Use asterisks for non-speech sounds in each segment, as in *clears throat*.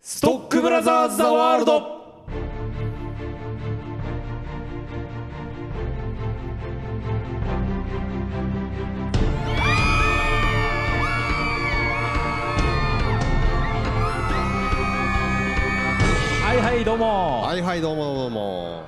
ストックブラザーズ・ザ・ワールドはいはいどうも、はいはいどうもどうも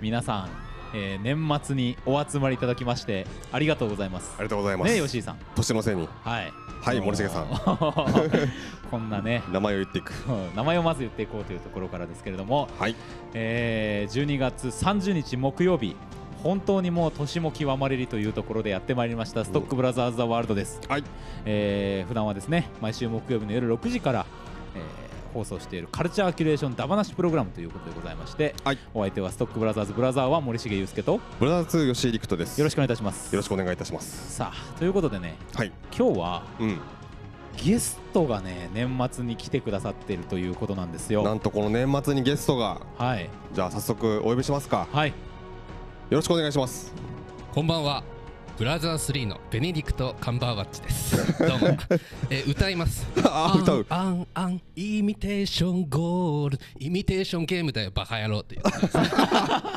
皆さん、えー年末にお集まりいただきましてありがとうございますありがとうございますね吉井さん年のせいにはいはい森重さんん *laughs* こんなね *laughs* 名前を言っていくうん名前をまず言っていこうというところからですけれども、はいえー12月30日木曜日本当にもう年も極まれりというところでやってまいりましたストックブラザーズ・ザ・ワールドです、はいえー普段はですね毎週木曜日の夜6時から、えー放送しているカルチャーキュレーションだばなしプログラムということでございまして、はいお相手はストックブラザーズ・ブラザーは森重裕介とよブラザー2吉井陸斗ですろしくおよ願いいたしますろしくお願いいたしますさあということでねはい今日はうんゲストがね年末に来てくださっているということなんですよなんとこの年末にゲストがはいじゃあ早速お呼びしますかよはいろしくお願いしますこんばんは。ブラザー3のベネディクト・カンバーバッチです。どう *laughs* も。えー歌います。あ歌うアンアンアンイミテーションゴールイミテーションゲームだよバカ野郎っていうやつです。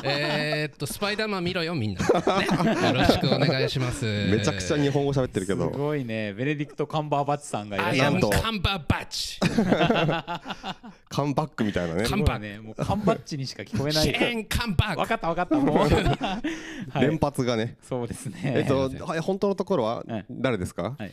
*laughs* えーっとスパイダーマン見ろよみんな、ねよろしくお願いします。めちゃくちゃ日本語喋ってるけすどごいねベネディクト・カンバーバッチさんがいらっアしイゃアるなんムとカンバーバッチ。カンバックみたいなねカンもうねもうカンバッチにしか聞こえなシいェーンカンバわーかったわかったもうはい連発がね *laughs* そうですねえっはといはい本当のところははい誰ですかはい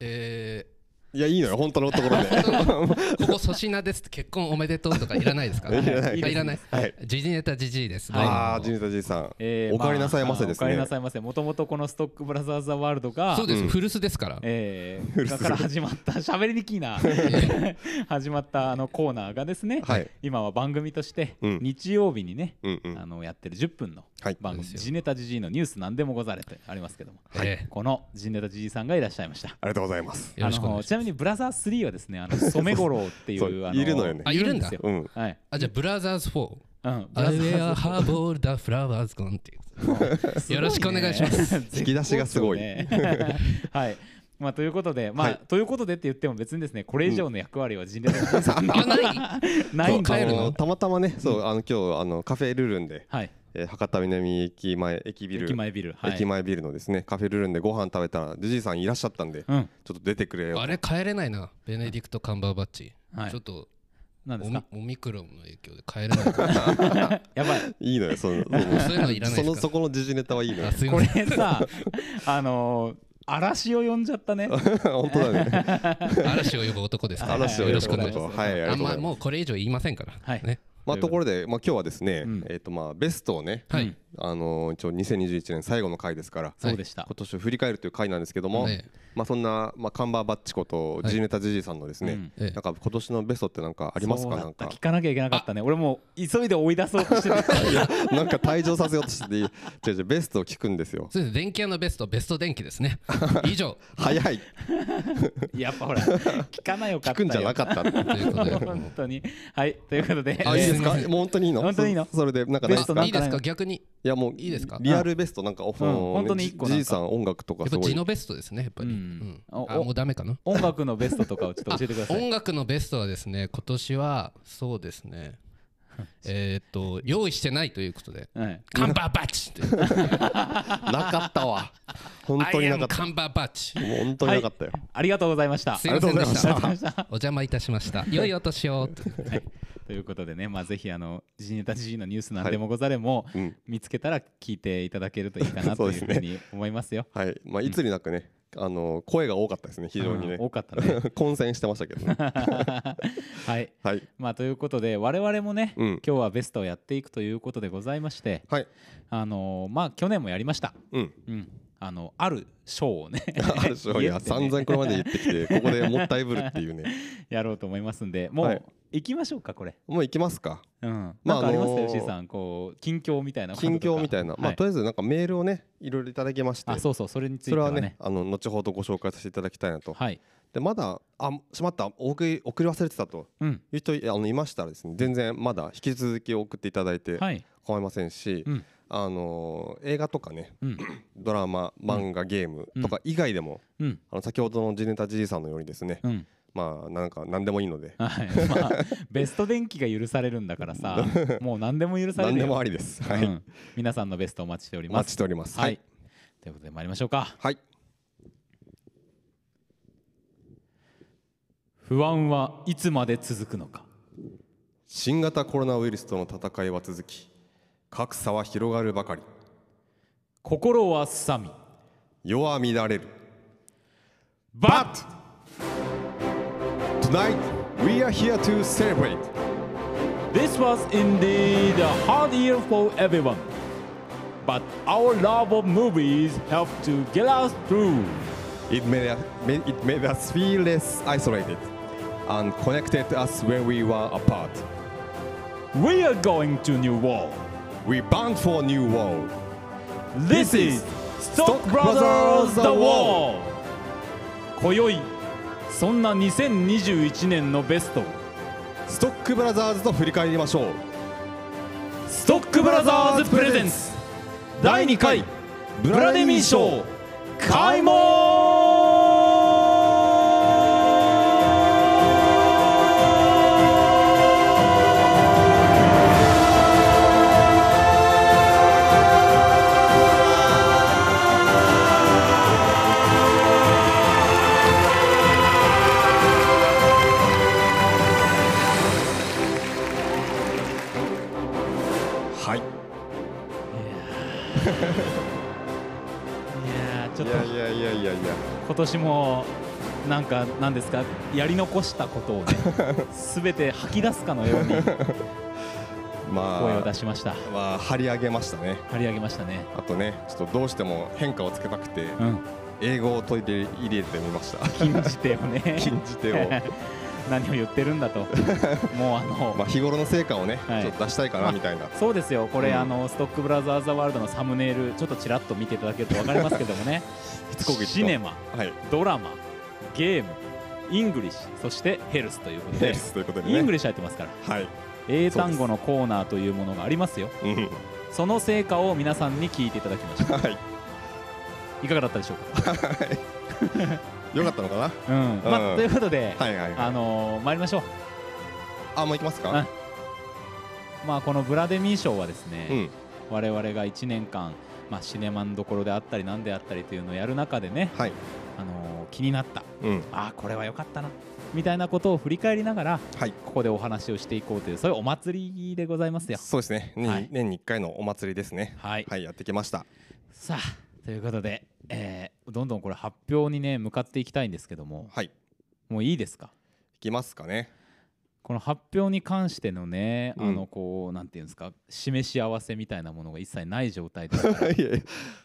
えいやいいのよ本当のところでーここ粗品ですって結婚おめでとうとかいらないですかいらないあいらないはいジジネタジジイです。ああジニタジーさんえーおかえりなさいませあですおかえりねなさいませもともとこのストックブラザーズ・ザ・ワールドがそうです、古巣ですから。えー、だから始まった喋りにきい *laughs* な *laughs* 始まったあのコーナーがですね、はい今は番組としてうん日曜日にね、うんうんあのやってる10分のはい番組「そうですよジネタジジイのニュースなんでもござれ」とありますけども、はいええこのジネタジジイさんがいらっしゃいました。ありがとうございますよろしくおあ願のいちしなまみす。にブラザー3はですねあの染五郎っていそううあいるのよねあいるんだですようんはい、あじゃあブラザーズ4。うん、ブ I ラザー will have all the flowers gone っていう。すご。よろしくお願いします引き出しがすごい絶好調ね *laughs* はい。まあということで、まあ、はいということでって言っても別にですね、これ以上の役割は人類のさ *laughs* んあないないん帰でるあののたまたまね、そう、あの今日あのカフェルルンで、はい。えー博多南駅前駅ビル駅前ビル。はい。駅前ビルのですねカフェルルンでご飯食べたらジジイさんいらっしゃったんで、ちうょっん。と出てくれよあれ *laughs* 帰れないな、ベネディクト・カンバーバッチ。はいちょっとなんでオすミか。オミクロンの影響で帰れないから。やばい。いいのよ *laughs* そのそそういうのいらないそでのすそか。このジジネタはいいのよあすいこません。れさ、 *laughs* あのー、嵐を呼んじゃったね。 *laughs* 本当だね嵐を呼ぶ男ですから。嵐をよ呼ろしぶくお願いし男まはいありす。があとうんござまいますもうこれ以上言いませんから。はいね。まあところでまあ今日はですね、うんえっ、とまあベストをね、はいうんあのー一応2021年最後の回ですからそうでした今。年を振り返るという回なんですけども、ええまあそんなまあカンバーバッチことジジネタジジイさんのですね、うんええなんか今年のベストってなんかありますそかうだなっんたか聞かなきゃいけなかったね。俺もう急いで追い出そうとして *laughs* た。なんか退場させようとしてて、違う違う、ベストを聞くんですよ。そうです電気屋のベスト、ベスト電気です *laughs* ね。以上。早い、やっぱほら、聞かなよか聞ったくよ。んじゃなかったって。ということで。本当に。はい。ということで、あ、いいですすいまか、せんもう本当にいいの。本当にいいのそそれで、なんかないですベストなか。あいいいですか、逆に。や、もう、いいですかリアルベスト、なんか、その本当に一個なんかじじいさん、音楽とか、やっすぱご地いの。ベストですね、やっぱり。ううんんおあ、おもうダメかな。音楽のベストとかをちょっと教えてください。音楽のベストはですね今年はそうですねえーっと用意してないというこ *laughs* とではいカンバーバッチってなかったわ。本当 I になか am った。カンバーバッチもう本当になかったよ。ありがとうございました。すいませんでしありがとうございたお邪魔いたしました良いお年をはい、ということでね、まあ、ぜひあの「ジネタジジイのニュースなんでもござれも」うん見つけたら聞いていただけるといいかな *laughs* とそういでうすふねうに思いますよ。はい、まあ、いつになくね、あの、声が多かったですね、非常にう *laughs* ん多ね。かったね。 *laughs* 混戦してましたけどね。はいはい。まあ、ということで我々もね、うん今日はベストをやっていくということでございまして、はい。あのーまあ、去年もやりました、うん。うん、あのある賞をね *laughs* ある種、いや、散々これまで言ってきて、ここでもったいぶるっていうね。 *laughs* やろうと思いますんでもう、はいい、行きましょうかこれ。もう行きますか。うん、まなあんかありますあのー吉井さんこう近況みたいなことと近か況みたいな、まはあ、とりあえずなんかメールをねいろいろいただきましてあそうそうそれについそてれははねねあの後ほどご紹介させていただきたいなと、はい、でまだあしまった送り送り忘れてたとうん、いう人いあのいましたらですね全然まだ引き続き送っていただいてはい、構いませんし、うん、あのー映画とかねうん、 *clears throat* ドラマ漫画ゲームとか以外でも、うん、あの先ほどのジネタじいさんのようにですね、うん、まあなんか何でもいいのではいまあ、ベスト電気が許されるんだからさもう何でも許される何でよもありですはういん、皆さんのベストお待ちしておりおま待ちすしておりますははいいということで参りましょうかはい不安はいつまで続くのか新型コロナウイルスとの戦いは続き格差は広がるばかり心はすさみ世は乱れるバ But tonight we are here to celebrate This was indeed a hard year for everyone. But our love of movies helped to get us through. It made us, it made us feel less isolated and connected us when we were apart. We are going to new world. We bound for a new world. This is Stock Brothers the Wall. 今宵そんな2021年のベストをストックブラザーズと振り返りましょう。ストックブラザーズプレゼンス第2回ブラデミー賞開門はい。いやーちょいっやといやいやいやいや。今年もなんかなんですかやり残したこと *laughs* をね全て吐き出すかのようにまあ、声を出しました *laughs* まあ張り上げましたね。張り上げましたねあとね、ちょっとどうしても変化をつけたくて、うん英語を取り入れてみました。 *laughs* 禁じ手をね禁じ *laughs* 手を。何を言ってるんだ *laughs* ともうあの、まあ日頃の成果をね、はいちょっと出したいかなみたいな。そうですよこれ、うんあのストックブラザーズ・ワールドのサムネイルちょっとちらっと見ていただけると分かりますけどもね *laughs* しつこく言ったシネマはい。ドラマゲームイングリッシュそしてヘルスということでですということでね。イングリッシュ入ってますからはい。英単語のコーナーというものがありますようん。その成果を皆さんに聞いていただきました *laughs* はい。いかがだったでしょうか、よかったのかな。 *laughs* うんまうあ、んということで、はいはい、はいあ。のー参りましょうあ、もう行きますか。まあこのブラデミー賞はですね、うん。我々が1年間、まあ、シネマンどころであったりなんであったりというのをやる中でね、はい。あのー気になったうん。ああこれは良かったなみたいなことを振り返りながらはい。ここでお話をしていこうというそういうお祭りでございますよ。そうですね。年に、はい年に一回のお祭りですね。はい、はい、やってきました。さあということで、えーどんどんこれ発表にね向かっていきたいんですけどもはい。もういいですかいきますかね。この発表に関してのね、うんあのこうなんていうんですか示し合わせみたいなものが一切ない状態ですから *laughs* いやいや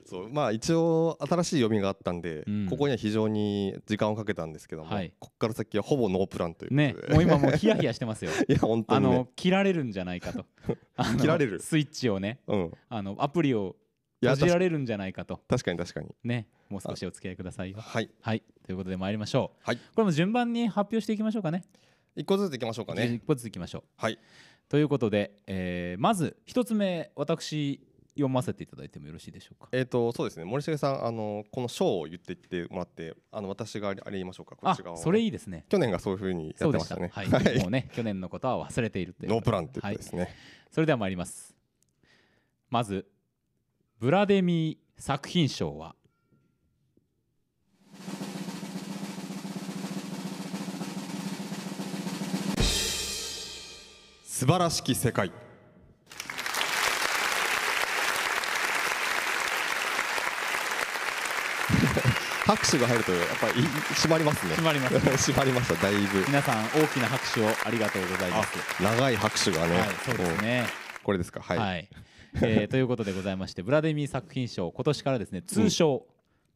そうまあ一応新しい読みがあったんで、うんここには非常に時間をかけたんですけども、はいここから先はほぼノープランというねことで、もう今もうヒヤヒヤしてますよ。 *laughs* いや本当あにねの切られるんじゃないか *laughs* とあの切られるスイッチをねうんあのアプリをいや閉じ確らかれるんじゃないかと確かに確かにねもう少しお付き合いくださいよはいはいということで参りましょうはいこれも順番に発表していきましょうかね一個ずついきましょうかね一歩ずついきましょうはいということで、えーまず一つ目私読ませていただいてもよろしいでしょうかえっ、とそうですね森重さんあのこの賞を言っていってもらってあの私があれ言いましょうかこっあち側をそれいいですね去年がそういう風にやそっうでてまししたたねはい、もうね去年のことは忘れているという *laughs* ノープランというこはといですね、それでは参りますまずブラデミー作品賞は素晴らしき世界 *laughs* 拍手が入るとやっぱりい締まりますね決まります *laughs* 締まりましただいぶ皆さん大きな拍手をありがとうございます。長い拍手がね、はい、そうですね。うんこれですかは、はいい、 *laughs* えーということでございまして、ブラデミー作品賞、今年からですね、通称、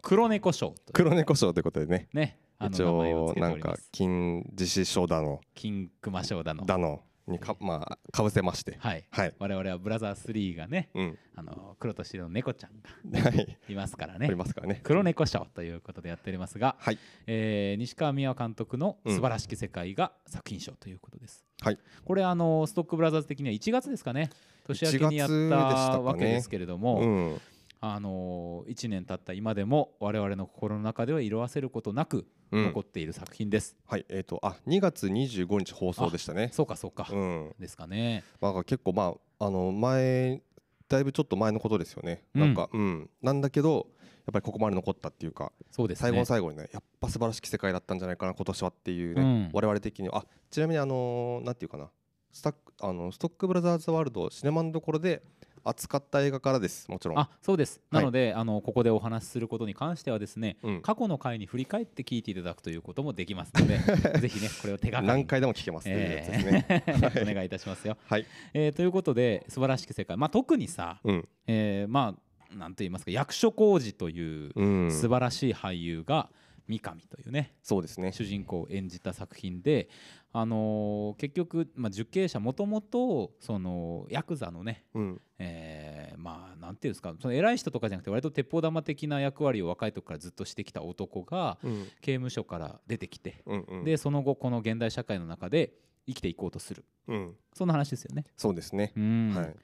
黒猫賞という黒猫賞ということでねね、あの一名前を応つけてなおんりかます。金獅子賞だの金熊賞だの。だのにかまあかぶせましてはい。はい我々はブラザー3がね、うんあの黒と白の猫ちゃんがはいいますからあねり。ますからね黒猫賞ということでやっておりますが、はいえー西川美和監督の「うん素晴らしき世界」が作品賞ということです。はいこれあのストックブラザーズ的には1月ですかね年明けにやっ1月でしたたかねわけですけれども、うんあの1年経った今でも我々の心の中では色あせることなくうん残っている作品です、はい、えっ、と、あ、2月25日放送でしたね。そうかそうか、うん、ですかねまあ、結構、まあ、あの、前、だいぶちょっと前のことですよね。うんなんか、うん、なんだけど、やっぱりここまで残ったっていうか、そうですね最後の最後にね、やっぱ素晴らしき世界だったんじゃないかな、今年はっていうね、うん我々的には、あ、ちなみに、あのーなんていうかな。スタック、あの、ストックブラザーズワールド、シネマのところで、扱った映画からです、もちろん。あそうですはないので、あのここでお話しすることに関してはですね、うん過去の回に振り返って聞いていただくということもできますの *laughs* でぜひねこれを手がかりに何回でも聞けますっていうやつです *laughs* ね。えーお願いいたしますよ。はい、えーということで素晴らしき世界、まあ、特にさ、うん、えーまあなんと言いますか役所広司といううん、素晴らしい俳優が三上というねそうですね。主人公を演じた作品で、あのー結局、まあ、受刑者もともとそのヤクザのねうん、えーまあなんていうんですかその偉い人とかじゃなくて割と鉄砲玉的な役割を若い時からずっとしてきた男がうん、刑務所から出てきて、うん、うん、でその後この現代社会の中で生きていこうとするうん、そんな話ですよね。そうですね。うんはい。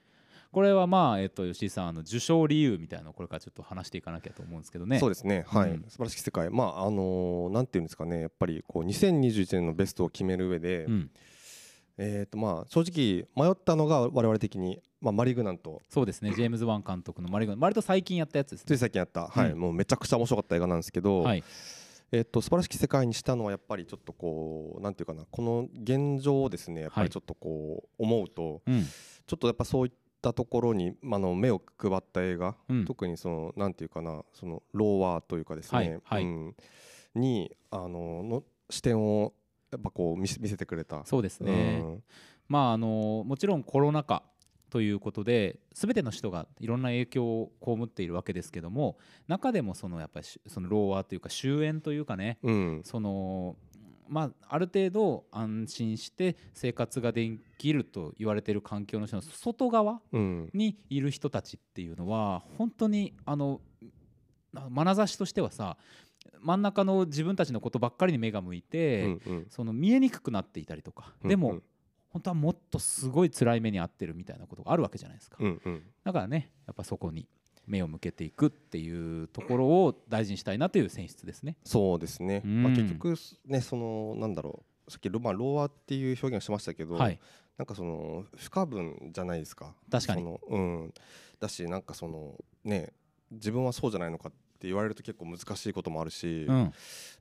これはまあ、えっと吉井さんあの受賞理由みたいなのをこれからちょっと話していかなきゃと思うんですけどね。そううですね、はいうん素晴らしき世界、まああのーなんていうんですかね、やっぱりこう2021年のベストを決める上で、ん、えーとまあ、正直、迷ったのが我々的に、まあ、マリグナント、そうですねジェームズ・ワン監督のマリゴン割と最近やったやつですつね。い最近やった、はいうんもうめちゃくちゃ面白かった映画なんですけど、はい、えー、と素晴らしき世界にしたのは、やっぱりちょっとこう、なんていうかな、この現状をですね、やっぱりちょっとこう、思うと、うんちょっとやっぱそういったところに、まあ、あの目を配った映画、うん特にそのなんていうかなそのローワーというかですね、はいはいうん、にあのの視点をやっぱこう見せ見せてくれた。そうですね、うんまああのもちろんコロナ禍ということで全ての人がいろんな影響を被っているわけですけども中でもそのやっぱりしそのローワーというか終焉というかねうんそのまあある程度安心して生活ができると言われている環境の人の外側うんにいる人たちっていうのは本当にあのな眼差しとしてはさ真ん中の自分たちのことばっかりに目が向いうて、んうんその見えにくくなっていたりとか、でも、うん本当はもっとすごい辛い目に遭ってるみたいなことがあるわけじゃないですか、うんうんだからねやっぱそこに目を向けていくっていうところを大事にしたいなという選出ですねそうですね、うんまあ、結局ねそのなんだろうさっきロ,、まあ、ローワーっていう表現をしましたけど、はいなんかその不可分じゃないですか確かにそのうんだしなんかそのね自分はそうじゃないのかって言われると結構難しいこともあるし、うん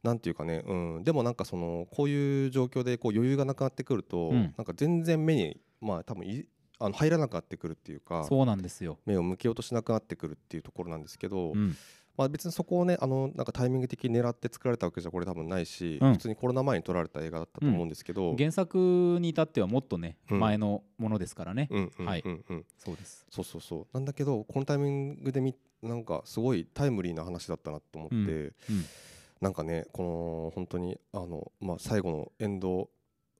なんていうかね、うん、でもなんかそのこういう状況でこう余裕がなくなってくると、うんなんか全然目にまあ多分いあの入らなくなってくるっていうかそうなんですよ、目を向けようとしなくなってくるっていうところなんですけど、うん、まあ、別にそこをねあのなんかタイミング的に狙って作られたわけじゃこれ多分ないし、うん普通にコロナ前に撮られた映画だったと思うんですけど、うん原作に至ってはもっとねうん前のものですからね、うんうんはいうんそうですそうそうそうなんだけどこのタイミングでみなんかすごいタイムリーな話だったなと思って、うんうんなんかねこの本当にあの、まあ、最後のエンド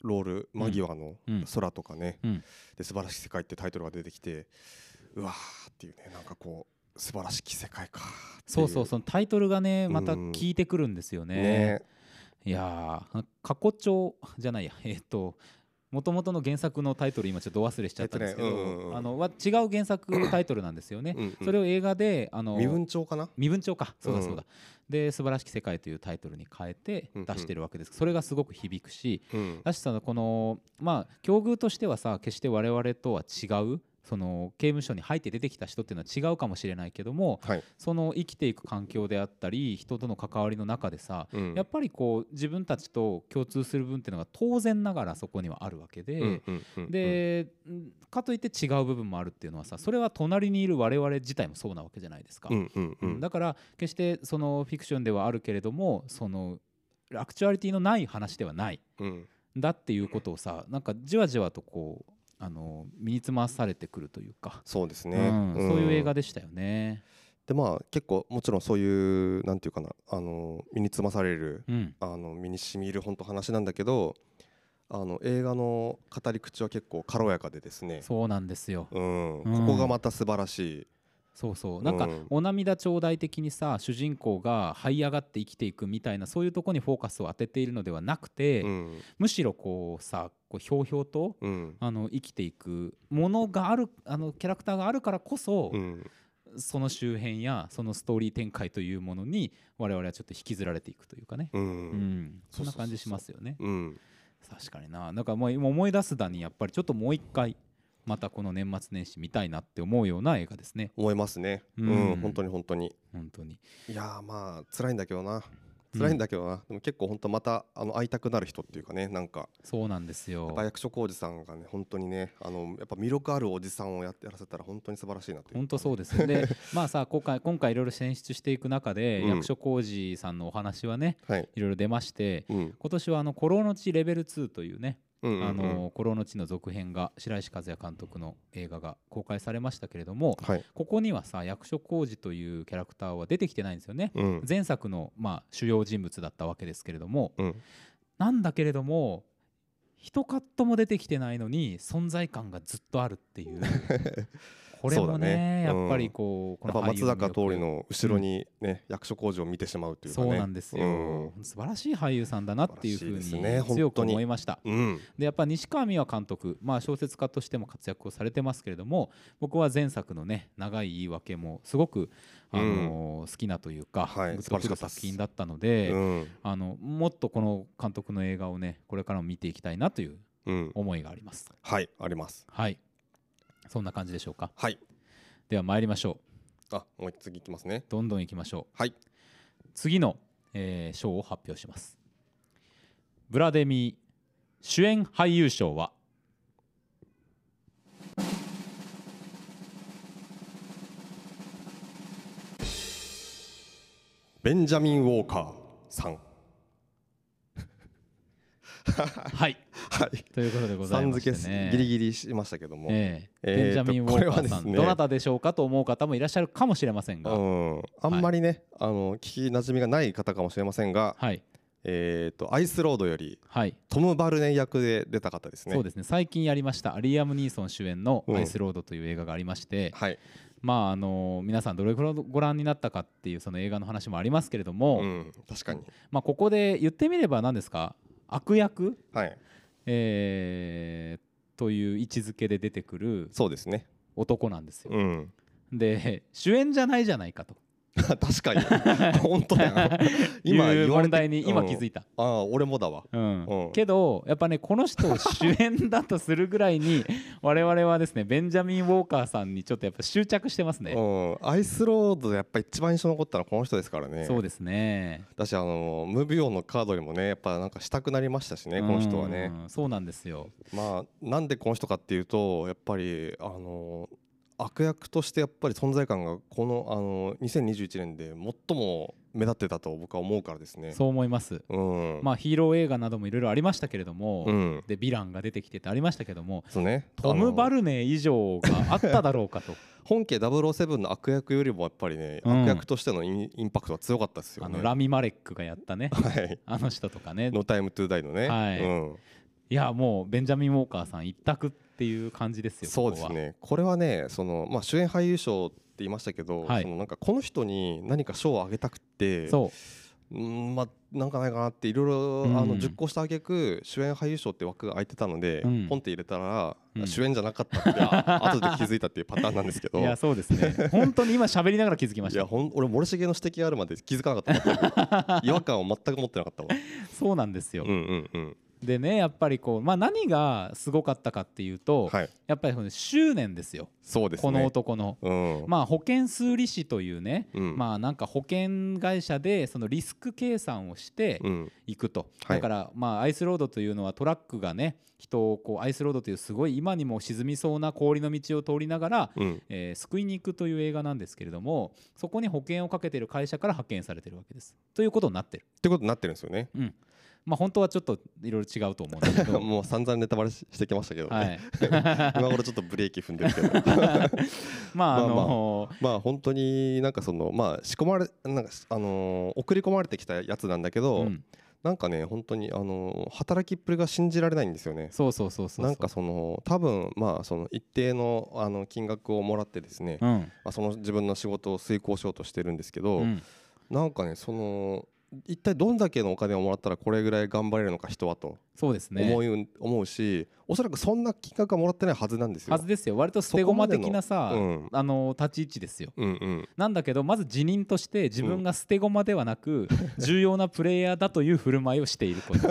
ロール間際のうん空とかね、うんで素晴らしき世界ってタイトルが出てきてうわーっていうねなんかこう素晴らしき世界かーっていそうそうそのタイトルがねまたうん効いてくるんですよね,、ねいやー過去帳じゃないや *laughs* えっ、と元々の原作のタイトル今ちょっとお忘れしちゃったんですけど、えっとねうんうんうんあのは違う原作タイトルなんです *clears throat* よね、うんうんそれを映画であの身分帳かな身分帳かそうだうんそうだ、で「素晴らしき世界」というタイトルに変えてうんうん出してるわけです、それがすごく響くしうんだしさこのまあ境遇としてはさ決して我々とは違うその刑務所に入って出てきた人っていうのは違うかもしれないけどもはい、その生きていく環境であったり人との関わりの中でさうんやっぱりこう自分たちと共通する分っていうのが当然ながらそこにはあるわけで、うんうんうんうんでんかといって違う部分もあるっていうのはさそれは隣にいる我々自体もそうなわけじゃないですか。うんうんううんんだから決してそのフィクションではあるけれどもそのアクチュアリティのない話ではないうんんだっていうことをさなんかじわじわとこうあの身につまされてくるというか、そうですね、うんんそういう映画でしたよね。でまあ結構もちろんそういうなんていうかなあの身につまされるうん、あの身に染み入る本当話なんだけどあの映画の語り口は結構軽やかでですねそうなんですよ、うん、うんここがまた素晴らしい、そうそうなんか、うんお涙頂戴的にさ主人公が這い上がって生きていくみたいなそういうとこにフォーカスを当てているのではなくて、うんむしろこうさこうひょうひょうとうんあの生きていくものがあるあのキャラクターがあるからこそ、うんその周辺やそのストーリー展開というものに我々はちょっと引きずられていくというかね、ううんんそんな感じしますよねうん確かにななんかもう今思い出すだにやっぱりちょっともう一回またこの年末年始見たいなって思うような映画ですね思いますねううんん本当に本当に本当にいやーまあ辛いんだけどな辛いんだけどな、でも結構本当またあの会いたくなる人っていうかねなんかそうなんですやよっぱ役所広司さんがね本当にねあのやっぱ魅力あるおじさんをやってやらせたら本当に素晴らしいなという本当そうですよ *laughs* でまあさ今回今回いろいろ選出していく中で、うん役所広司さんのお話はねはいいろいろ出ましてうん今年はあの「古老の地レベル2」というねうんうんうんあの古老の地の続編が白石和也監督の映画が公開されましたけれどもはいここにはさ役所広司というキャラクターは出てきてないんですよね。うん前作の、まあ、主要人物だったわけですけれどもうんなんだけれども一カットも出てきてないのに存在感がずっとあるっていうこれもねそうだねうんやっぱりこう、やっこぱの俳優松の坂魅力桃李の後ろにね、役所広司を見てしまうというかそねうなんですよ、素晴らしい俳優さんだなっていうふう素晴らしいですねに強く本当に思いました。うん、うんでやっぱ西川美和監督、まあ、小説家としても活躍をされてますけれども僕は前作のね「長い言い訳」もすごく、あのー好きなというか、はいグッと素晴らくしかるったです作品だったので、うんあのもっとこの監督の映画をねこれからも見ていきたいなといううん、思いがありますはいありますはいそんな感じでしょうかはいでは参りましょうあもう一次いきますねどんどんいきましょはいう次の、えー賞を発表しますブラデミー主演俳優賞はベンジャミン・ウォーカーさんはいはいということでござさいんまして付ねけすギリギリしましたけども、えええーベンジャミン・ウとォこれーはカーさん、ですねどなたでしょうかと思う方もいらっしゃるかもしれませんが、うん、あんまりね、あの聞きなじみがない方かもしれませんが、はい、えー、とアイスロードよりはい、トム・バルネン役で出た方ですね。そうですね最近やりましたリアム・ニーソン主演の「うんアイスロード」という映画がありまして、はい、まああの皆さんどれくらいご覧になったかっていうその映画の話もありますけれども、うん、確かに、まあ、ここで言ってみれば何ですか悪役、はい、えーという位置づけで出てくるそうですね。男なんですよ。うん、 *laughs* で主演じゃないじゃないかと確 *laughs* かに、本当だよ。今い言う問われて題に今気づいいた。た。ああ、俺もだわ。うんうんけどやっぱねこの人を主演だとするぐらいに *laughs* 我々はですねベンジャミン・ウォーカーさんにちょっとやっぱ執着してますね。うん、アイスロードでやっぱ一番印象に残ったのはこの人ですからね。そうですね。だし、あのムービーオンのカードにもね、やっぱなんかしたくなりましたしね、この人はね。うん。そうなんですよ。まあなんでこの人かっていうとやっぱりあの悪役としてやっぱり存在感がこのあの2021年で最も目立ってたと僕は思うからですね。そう思います。う、んまあヒーロー映画などもいろいろありましたけれども、うん、でヴィランが出てきてってありましたけどもそうねトム・バあのルネ以上があっただろうかと本家007の悪役よりもやっぱりね、うん悪役としてのインインパクトは強かったですよあね。のラミ・マレックがやったね *laughs* はいあの人とかねのタイムトゥーダイのね、はいうん、いやもうベンジャミン・ウォーカーさん一択っていう感じですよそうですねこれはねその、まあ、主演俳優賞って言いましたけど、はいそのなんかこの人に何か賞をあげたくってここはそううんまあなんかないかなっていろいろうんあの熟考した挙句主演俳優賞って枠が空いてたので、うんポンって入れたら、うん主演じゃなかったってあ後で気づいたっていうパターンなんですけどいやそうです *laughs* ね本当に今喋りながら気づきまいしたやほん俺森重の指摘があるまで気づかなかった *laughs* 違和感を全く持ってなかったわそうなんですよ、うんうんうんでねやっぱりこう、まあ、何がすごかったかっていうと、はいやっぱりこの執念ですよそうですねこの男の。うんまあ、保険数理士というね、うんまあ、なんか保険会社でそのリスク計算をしてうんいくと、はいだから、まあ、アイスロードというのはトラックがね人をこうアイスロードというすごい今にも沈みそうな氷の道を通りながら、うんえー救いに行くという映画なんですけれどもそこに保険をかけてる会社から派遣されてるわけです。ということになってる。ってことになってるんですよねまあ、本当はちょっといろいろ違うと思うんだ *laughs* けど、もう散々ネタバレししてきましたけどね、はい、 *laughs* 今頃ちょっとブレーキ踏んでるけど *laughs* まああまあまあのまあ本当になんかそのまあ仕込まれなんかあのー送り込まれてきたやつなんだけど、うんなんかね本当にあのー働きっぷりが信じられないんですよね。そうそうそうそうなんかその多分まあその一定のあの金額をもらってですね、うんまあその自分の仕事を遂行しようとしてるんですけど、うんなんかねその一体どんだけのお金をもらったらこれぐらい頑張れるのか人はとそうですね思い思うしおそらくそんな金額はもらってないはずなんですよ。はずですよ割と捨て駒的なさ、そこまでのうんあの立ち位置ですようんうん、なんだけどまず辞任として自分が捨て駒ではなく、 *laughs* 重要なプレイヤーだという振る舞いをしていること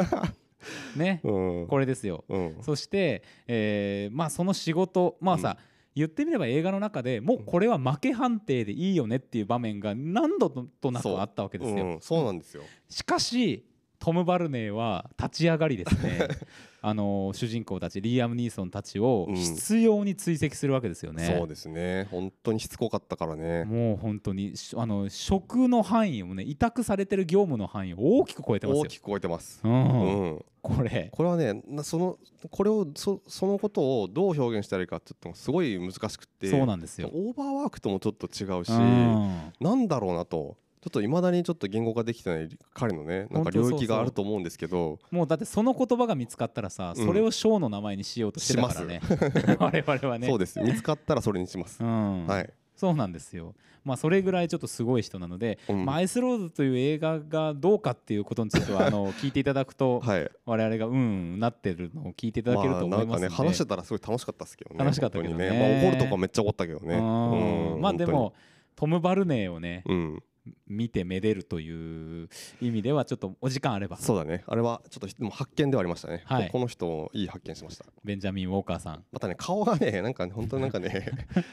ね、うんこれですようんそして、えーまあ、その仕事まあさ、言ってみれば映画の中でもうこれは負け判定でいいよねっていう場面が何度となくあったわけですよ、うんそうなんですよ。しかしトム・バルネーは立ち上がりです *laughs* ねあの主人公たちリーアム・ニーソンたちをうん必要に追跡するわけですよね、そうですね本当にしつこかったからね。もう本当にしあの職の範囲をね委託されてる業務の範囲を大きく超えてますよ大きく超えてます。うんうん、これこれはねなそのこれをそそのことをどう表現したらいいかって言ってもすごい難しくってそうなんですよ、オーバーワークともちょっと違うし、うんなんだろうなとちょっといまだにちょっと言語化できてない彼のねなん本か当そう領そう域があると思うんですけどもうだってその言葉が見つかったらさ、うんそれをショーの名前にしようとしてたからね *laughs* 我々はねそうです見つかったらそれにしますう。んはい、そうなんですよまあそれぐらいちょっとすごい人なので、うんまあ、アイスロードという映画がどうかっていうことについてはあの聞いていただくとはい我々がうんうんなってるのを聞いていただまけるとあ思ないんまかすねので、話してたらすごい楽しかったですけどね楽しかったけどね本当にまあ、怒るとこめっちゃ怒ったけどねうんまあでもトム・バルネーをね本当にうん見てめでるという意味ではちょっとお時間あればそうだねあれはちょっとでも発見ではありましたね、はいこの人いい発見しましたベンジャミン・ウォーカーさん。またね顔がねなんかね本当になん *laughs* かね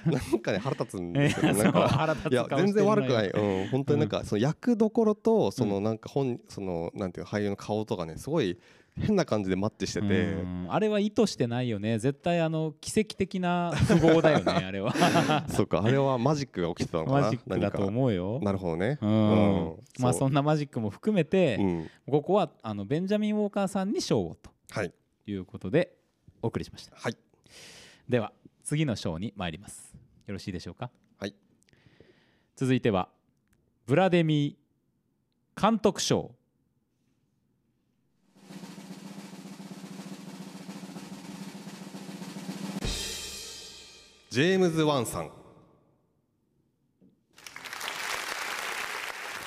なんかね腹立つんですよ、ね、そ *laughs* なうんか腹立いやつ顔してる全然悪くない、ようん、本当になんかその役どころとそのなんか本そのなんていうの俳優の顔とかねすごい変な感じでマッチしてて、うんあれは意図してないよね絶対あの奇跡的な *laughs* 符号だよねあれはそうかあれはマジックが起きて *laughs* *laughs* たのかなマジックだと何思うよか。なるほどねうんまあそうんなマジックも含めて、うんここはあのベンジャミン・ウォーカーさんに賞をとはいいうことでお送りしました。はいでは次の章に参りますよろしいでしょうかはい続いてはブラデミー監督賞ジェームズ・ワンさん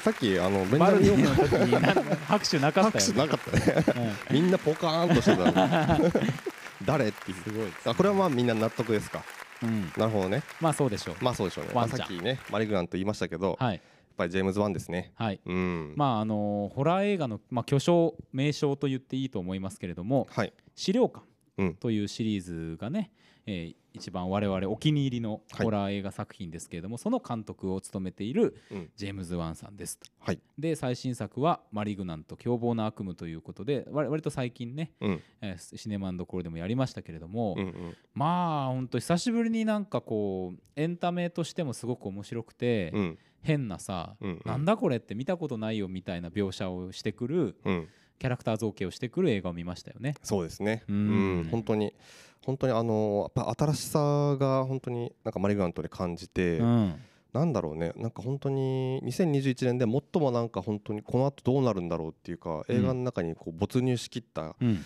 さっきあのベンジバャルミデンィの時にな拍手なかった拍よ手ねなかったね *laughs* うんみんなポカーンとしてたの *laughs* 誰っていうすごいですあこれはまあみんな納得ですかうんなるほどねまあそうでしょうまあそうでしょうね、まワあ、ンちゃんさっきねマリグラント言いましたけど、やっはいぱりジェームズ・ワンですねはいうんまああのーホラー映画のまあ巨匠名称と言っていいと思いますけれどもはい資料館うんというシリーズがね、えー一番我々お気に入りのホラー映画作品ですけれども、その監督を務めているうんジェームズ・ワンさんですとはいで最新作は「マリグナント凶暴な悪夢」ということで割割と最近ね、うんえーシネマンドコールでもやりましたけれども、うんうんまあほんと久しぶりになんかこうエンタメとしてもすごく面白くて、うん変なさ、うんなんだこれって見たことないよみたいな描写をしてくるうんキャラクター造形をしてくる映画を見ましたよね。そうですねううんん、本当に本当にあのやっぱ新しさが本当になんかマリグラントで感じて、うんなんだろうねなんか本当に2021年で最もなんか本当にこの後どうなるんだろうっていうかうん映画の中にこう没入しきったうん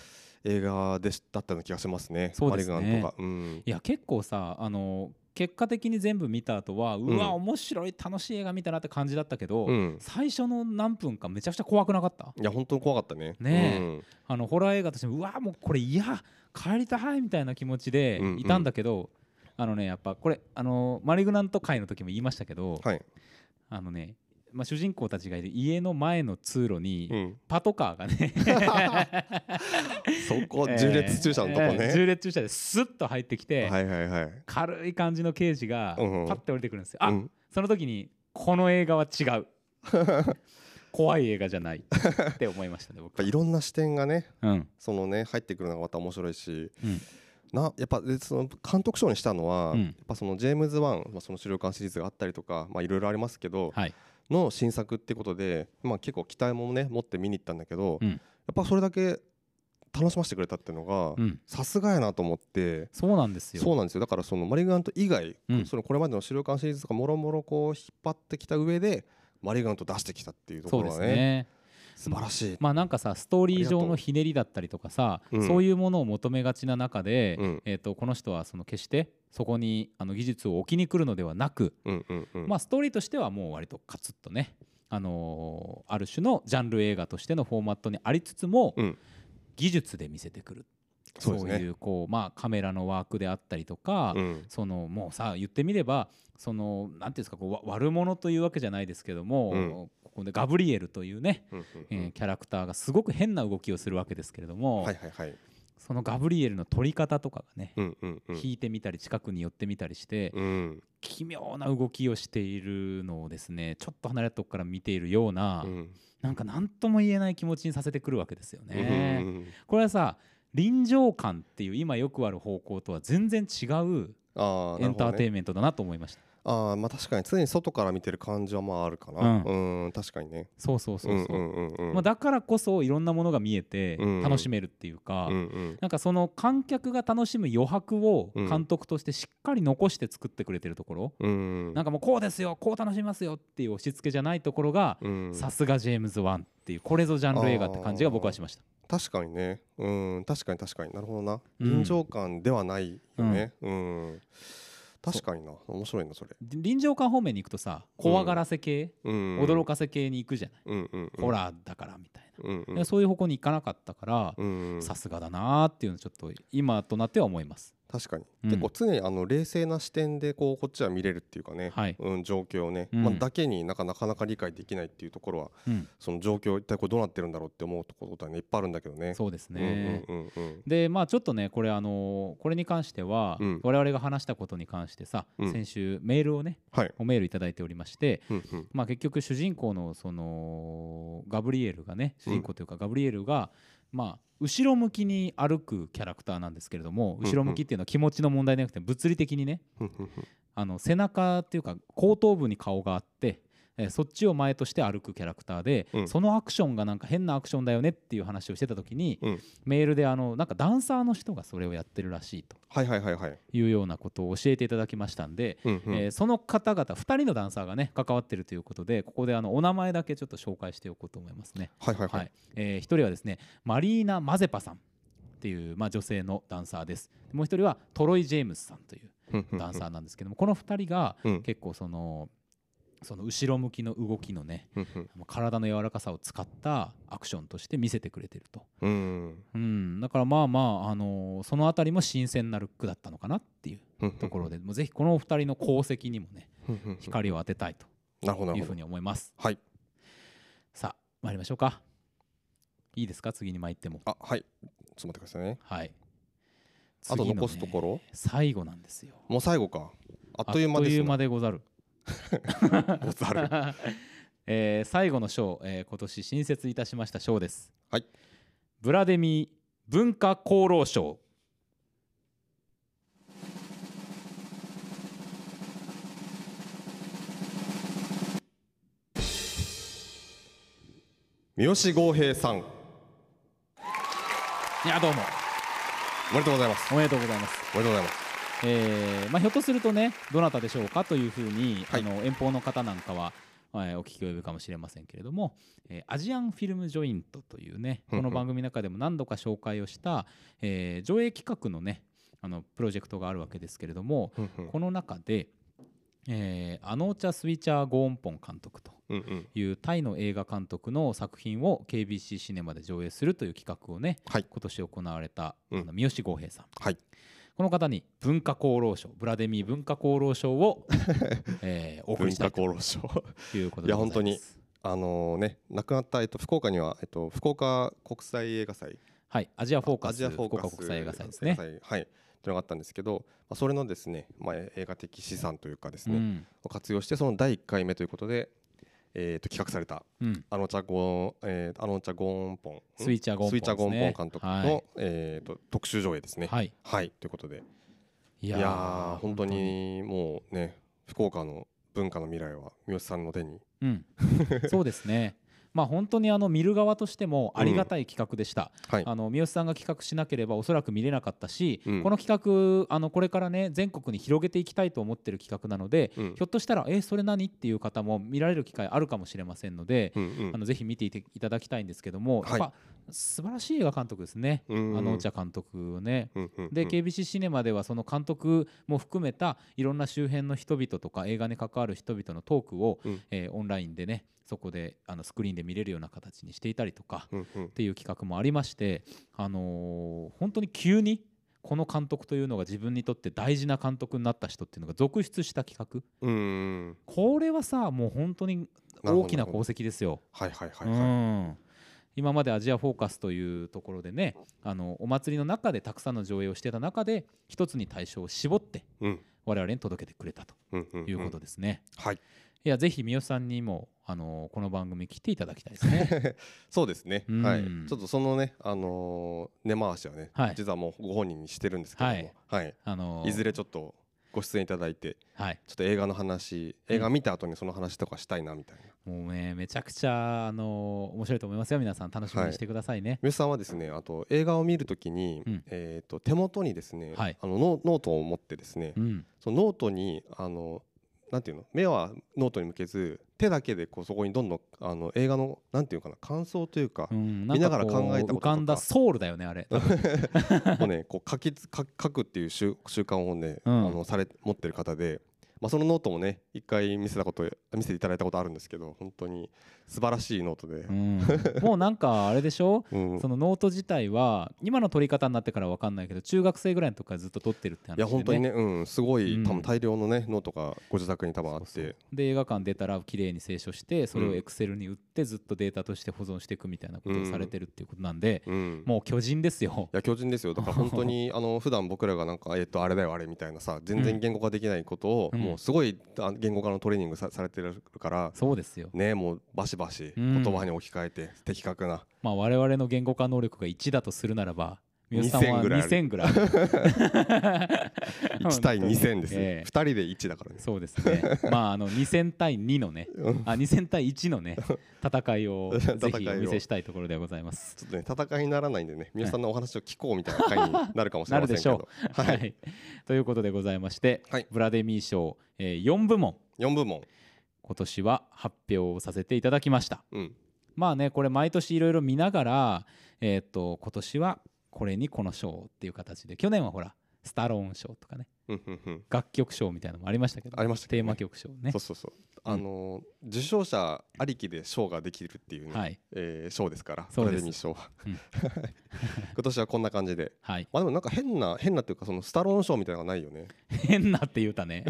映画でしだったような気がしますねそうですねマリグラントがうんいや結構さあの結果的に全部見た後はうわ、うん面白い楽しい映画見たなって感じだったけど、うん最初の何分かめちゃくちゃ怖くなかったいや本当に怖かったねねえうんあのホラー映画としてもうわもうこれいや帰りたいみたいな気持ちでうんうんいたんだけど、あのねやっぱこれあのマリグナント会の時も言いましたけど、はい、あのね、まあ、主人公たちがいる家の前の通路に、うん、パトカーが *laughs* ねそこ重列駐車のとこえーえーね、重列駐車でスッと入ってきて、はいはいはい軽い感じの刑事がパうんうんッて降りてくるんですよ、あうんその時にこの映画は違 *laughs* う怖い映画じゃないって思いましたねやっ僕ぱは、いろんな視点がねうんそのね入ってくるのがまた面白いし、うんなやっぱでその監督賞にしたのは、うんやっぱそのジェームズ・ワン、まあ、その資料館シリーズがあったりとかまあいろいろありますけど、はいの新作ってことで、まあ、結構期待もね持って見に行ったんだけど、うんやっぱそれだけ楽しませてくれたっていうのがうん、さすがやなと思って。そうなんですよそうなんですよだからそのマリグラント以外、うんそのこれまでの資料館シリーズとかもろもろこう引っ張ってきた上でマリグラント出してきたっていうとそこうろですがねね素晴らしい、まあなんかさストーリー上のひねりだったりとかさうんそういうものを求めがちな中で、うんえー、とこの人はその決してそこにあの技術を置きに来るのではなく、うんうんうんまあ、ストーリーとしてはもう割とカツッとねあのーある種のジャンル映画としてのフォーマットにありつつも、うん技術で見せてくるそそううですねいうこう、まあ、カメラのワークであったりとか、うんそのもうさ言ってみればそのなんていうんですかこうわ悪者というわけじゃないですけども、うんここでガブリエルというね、うんうえんーうんキャラクターがすごく変な動きをするわけですけれども、はいはいはいそのガブリエルの撮り方とかがね、うんうんうん引いてみたり近くに寄ってみたりして、うん奇妙な動きをしているのをですねちょっと離れたとこから見ているような、うんなんか何とも言えない気持ちにさせてくるわけですよね。うんうんうんこれはさ臨場感っていう今よくある方向とは全然違うあエンターテイインメントだなと思いました、あーまあ確かに常に外から見てる感じはまああるかなうんうん確かにねそうそうそうそう、んうんうんうんまあ、だからこそいろんなものが見えてうん楽しめるっていうか、うんうんなんかその観客が楽しむ余白をうん監督としてしっかり残して作ってくれてるところ、うんなんかもうこうですよこう楽しみますよっていう押し付けじゃないところがうんさすがジェームズ・ワンっていうこれぞジャンル映画って感じが僕はしました。確かにねうん確かに確かになるほどなうん臨場感ではないよねうん確かにな面白いなそれ臨場感方面に行くとさ怖がらせ系、驚驚かせ系に行くじゃない、うんうんうんホラーだからみたいな、うんうんでそういう方向に行かなかったからうんさすがだなーっていうのをちょっと今となっては思います。確かにうん結構常にあの冷静な視点でこうこっちは見れるっていうかねはいうん状況をねうんまあだけになんかなかなか理解できないっていうところはうん、その状況一体これどうなってるんだろうって思うところだねいっぱいあるんだけどねそうですうんね、うんうんうんでまあちょっとねこれあのーこれに関しては、うん我々が話したことに関してさ、うん先週メールをねはいおメールいただいておりまして、うんうんまあ、結局主人公のそのガブリエルがね主人公というかガブリエルがまあ後ろ向きに歩くキャラクターなんですけれどもん後ろ向きっていうのは気持ちの問題じゃなくて物理的にねうんうんうんあの背中っていうか後頭部に顔があってえーそっちを前として歩くキャラクターでうんそのアクションがなんか変なアクションだよねっていう話をしてた時にうんメールであのなんかダンサーの人がそれをやってるらしいとはいはいはいはいいうようなことを教えていただきましたんでうんうんえーその方々2人のダンサーがね関わってるということでここであのお名前だけちょっと紹介しておこうと思いますね。はいはいははいいえー、1人はですねマリーナ・マゼパさんっていう、まあ、女性のダンサーです。もう1人はトロイ・ジェームスさんといううんうんダンサーなんですけどもこの2人がうん結構そのその後ろ向きの動きのねうんうん体の柔らかさを使ったアクションとして見せてくれてると。うんうん、だからまあまあ、あのーそのあたりも新鮮なルックだったのかなっていううんところで、もうぜひこのお二人の功績にもねうんうんうん光を当てたいとなるほどないうるふほうどに思います。はいさあ参りましょうか。いいですか次に参っても。あはいちょっと待ってくださいねはい。あと次のね残すところ最後なんですよ。もう最後かあっという間あっとでいすう間ねでござる。ござる *laughs* えー最後の章、えー今年新設いたしました章です。はい。ブラデミ文化功労賞。三好剛平さんいやどうもおめでとうございますおめでとうございます。おめでとうございますえーまあ、ひょっとするとねどなたでしょうかというふうに、はいあの遠方の方なんかは、えーお聞き及ぶかもしれませんけれども、えーアジアンフィルムジョイントというねうんうこのん番組の中でも何度か紹介をした、えー上映企画のねあのプロジェクトがあるわけですけれどもうんうんこの中で、えーアノーチャ・スウィチャー・ゴーンポン監督とうんうんいうタイの映画監督の作品を KBC シネマで上映するという企画をねはい今年行われた、うんあの三好剛平さんはいこの方に文化功労賞ブラデミー文化功労賞 *laughs* を、えー、お送り文した化いと功労賞 *laughs* いうことでございますいや本当にあのね亡くなったえっと福岡にはえっと福岡国際映画祭はいアジアフォーカアスジアフォー福カ岡ス国際映画祭ですね映画祭はいっていうのがあったんですけどまあそれのですねまあえ映画的資産というかですうねんを活用してその第一回目ということでえっと企画されたうんあのちゃゴーンえーあのちゃゴーンポンんスイーチャーゴンポンスイでーチャーゴすンポねン監督はのえーと特集上映ですい、ねはい、はいということでいいややーー本当にもうね福岡の文化の未来は三好さんの手に *laughs* 本当にうんそうですねまあ本当にあの見る側としてもありがたい企画でした、はいあの三好さんが企画しなければおそらく見れなかったし、うんこの企画あのこれからね全国に広げていきたいと思ってる企画なので、うんひょっとしたらえそれ何っていう方も見られる機会あるかもしれませんので、うんうんあのぜひ見ていていただきたいんですけども、はいやっぱ素晴らしい映画監督ですね、うんあのお茶監督をね。うんうんうんで KBC シネマではその監督も含めたいろんな周辺の人々とか映画に関わる人々のトークを、うんえーオンラインでねそこであのスクリーンで見れるような形にしていたりとか、うんうんっていう企画もありまして、あのー本当に急にこの監督というのが自分にとって大事な監督になった人っていうのが続出した企画うんうんこれはさもう本当に大きな功績ですよ。はいはいはいうはん今までアジアフォーカスというところでねあのお祭りの中でたくさんの上映をしてた中で一つに対象を絞っていうん我々に届けてくれたとうんうんうんいうことですね。はい *laughs* いやぜひ三好さんにもあのこの番組来ていただきたいです *laughs* ね。そうですね、うんはい、ちょっとそのね、あのー根回しはね、はい実はもうご本人にしてるんですけども、ははいいあのーい、ずれちょっとご出演いただいて、はいちょっと映画の話、映画見た後にその話とかしたいなみたいな。もうねめちゃくちゃあの面白いと思いますよ皆さん楽しみにしてくださいね。三好さんはですね、あと映画を見るときに、うんえっ、と手元にですね、はいあのノノートを持ってですね、うんそのノートにあのなんていうの、目はノートに向けず、手だけでこうそこにどんどんあの映画のなんていうかな感想というかう、ん、見ながらんかこう考えたこと浮とかかんだソウルだよね *laughs* あれ。もうね、こう書きつ書書くっていう習習慣をね、うんあのされ持ってる方で、まあそのノートもね、一回見せたこと見せていただいたことあるんですけど、本当に素晴らしいノートでう、ん、もうなんかあれでしょうん、そのノート自体は今の取り方になってからわかんないけど中学生ぐらいの時からずっと取ってるって話いで、やね、本当にね、うん、すごい、うん多分大量のねノートがご自宅に多分あって、そうそうで映画館出たら綺麗に清書してそれをうんエクセルに打ってずっとデータとして保存していくみたいなことをされてるっていうことなんで、うん、もう巨人ですよい。や巨人ですよだから本 *laughs* 当にあの普段僕らがなんかえっとあれだよあれみたいなさ全うん然言語化できないことを、うんもうすごいあ言語化のトレーニングさされてるからそうですよ、ねもうバシバシうん言葉に置き換えて的 *laughs* 確な、まあ、我々の言語化能力が1だとするならば三好さんは2000ぐらいある2000ぐらいあ *laughs* る1対2000です、ええ2人で1だからねそうですね。まああの2000対2のね、うんあ2000対1の *laughs* ね戦いを戦いをぜひお見せしたいところではございます。ちょっとね戦いにならないんでね皆さんのお話を聞こうみたいな回になるかもしれませんけ *laughs* なるどはい、ということでございまして、はいブラデミー賞、えー、4部門4部門、今年は発表をさせていただきました。うん、まあねこれ毎年いろいろ見ながらえーっと今年はこれにこの賞っていう形で去年はほらスタローン賞とかねうんうんうん楽曲賞みたいなのもありましたけど、ありましたけテどーねマ曲賞ねそう。そうそうあのー受賞者ありきで賞ができるっていうね、はいえー賞ですからそうですブレデミー賞は、うん *laughs* 今年はこんな感じではい、 *laughs* まあでもなんか変な変なっていうかそのスタローン賞みたいなのがないよね変なって言うたね。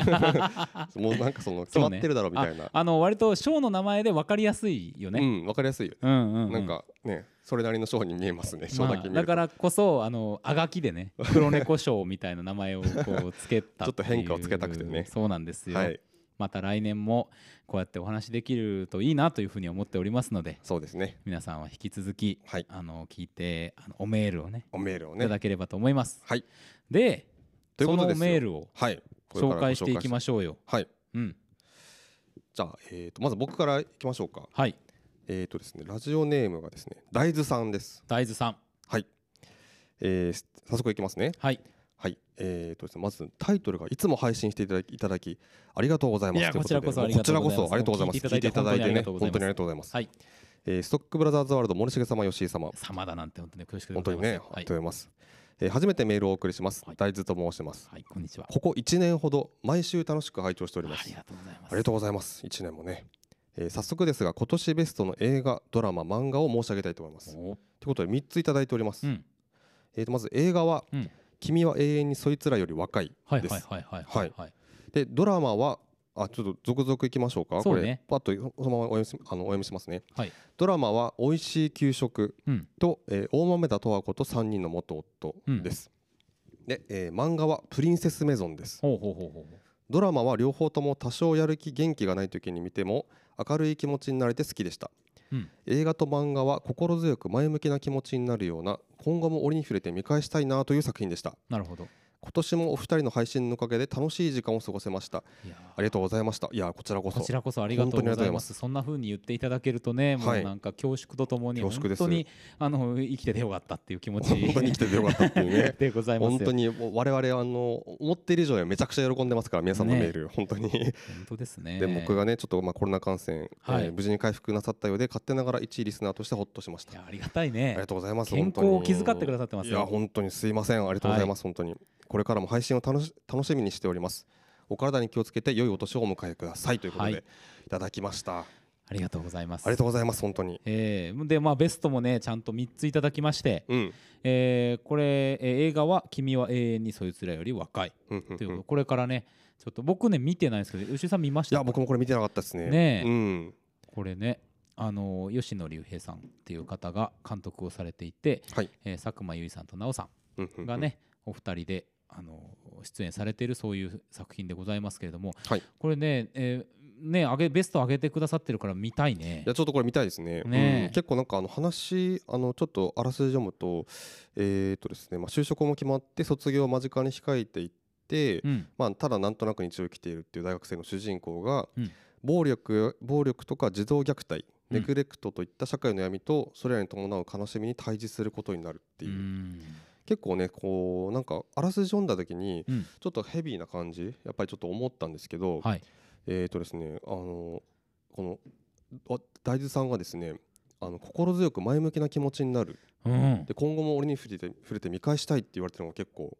*laughs* もうなんかその決そまうっねてるだろうみたいなう,、ああの割とショーの名前で分かりやすいよね。んわかりやすいよ、うん、うんうんなんかねそれなりの賞に見えますね賞まだあけ見だると、からこそあのあがきで *laughs* ね黒猫賞みたいな名前をこうつけたちょっと変化をていうつけたくてねそうなんですよ、はいまた来年もこうやってお話できるといいなというふうに思っておりますのでそうですね皆さんは引き続きはいあの聞いてあのおメールをねおメールをいたねだければと思います、はいでということそでのすよメールをはいこれか紹ら介していきましょうよご紹介しはいうんじゃあ、えー、とまず僕からいきましょうかはいえっ、とですねラジオネームがですね大豆さんです大豆さんはい、えー、早速いきますねはいはい、えーとですね、まずタイトルがいつも配信していただきいただきありがとうございますいやというとでこちらこそありもがうことちうらごこざいますそありがとうございます聞聞いていていたいただいだいててね本本当当にありがにありがとうございます、はいえーストックブラザーズワールド森重様吉井様様だなんて本当に恐縮で本ござい当にますね、ありがとうございます、えー初めてメールをお送りします、はい大豆と申しますはい、こんにちは。ここ1年ほど毎週楽しく拝聴しておりますありがとうございます。ありがとうございます1年もね、えー早速ですが今年ベストの映画ドラマ漫画を申し上げたいと思いますというおことで3ついただいております、うん、えーとまず映画は、うん君は永遠にそいつらより若い」です、はいはいはいはいはいはい。でドラマはあちょっと続々いきましょうかそうねこれパッとそのままお読みしあのお読みしますね、はいドラマは「美味しい給食うん、と」えー大豆田十和子と3人の元夫」です、で、えー漫画は「プリンセスメゾン」ですほうほうほうほう。ドラマは両方とも多少やる気元気がない時に見ても明るい気持ちになれて好きでした、うん映画と漫画は心強く前向きな気持ちになるような今後も折に触れて見返したいなという作品でしたなるほど。今年もお二人の配信のおかげで楽しい時間を過ごせましたいやありがとうございましたいやこちらこそこちらこそありがとうご本当にありがざとうございいま。ますそんな風に言っていただけるとね、はもういなんか恐縮とともに恐縮本です当にあの生きててよかったっていう気持ち本当に来ててよかったっていう *laughs* ねでございますよ。本当にもう我々あの思っている以上にめちゃくちゃ喜んでますから皆さんのねメール、本当に本当ですね。 *laughs* で僕がねちょっとまあコロナ感染、はいえー無事に回復なさったようで勝手ながら一位リスナーとしてほっとしましいたやありがたいありねが。とうございます健康を本当に気遣ってくださってますいよや本当にすいませんありがとうございます、本当にこれからも配信を楽し楽しみにしておりますお体に気をつけて良いお年をお迎えくださいということで、はいい、ただきましたあありがとうございます。りがとうございます本当にえーでまあベストもねちゃんと3ついただきまして、うんえーこれ、えー映画は「君は永遠にそいつらより若いうんうん」といううこんとこれからねちょっと僕ね見てないんですけど牛井さん見ましいたや僕もこれ見てなかったですねねえうんこれねあの吉野隆平さんっていう方が監督をされていて、はいえー佐久間由衣さんと奈緒さうんうんうんんがね、お二人であの出演されているそういう作品でございますけれども、はいこれね,、えーねあげベスト上げてくださってるから見たいねいやちょっとこれ見たいですね。ねえうん結構なんかあの話あのちょっとあらすじ読むとえー、っとですねまあ就職も決まって卒業を間近に控えていって、うんまあただなんとなく日常を生きているっていう大学生の主人公が、うん暴力暴力とか児童虐待うんネグレクトといった社会の闇とそれらに伴う悲しみに対峙することになるってういう、ん結構ねこうなんかあらすじ読んだ時にうんちょっとヘビーな感じやっぱりちょっと思ったんですけど、はいえーとですね、あのこのあ大豆さんがですねあの心強く前向きな気持ちになるうんで今後も俺に触れて触れて見返したいって言われてるのが結構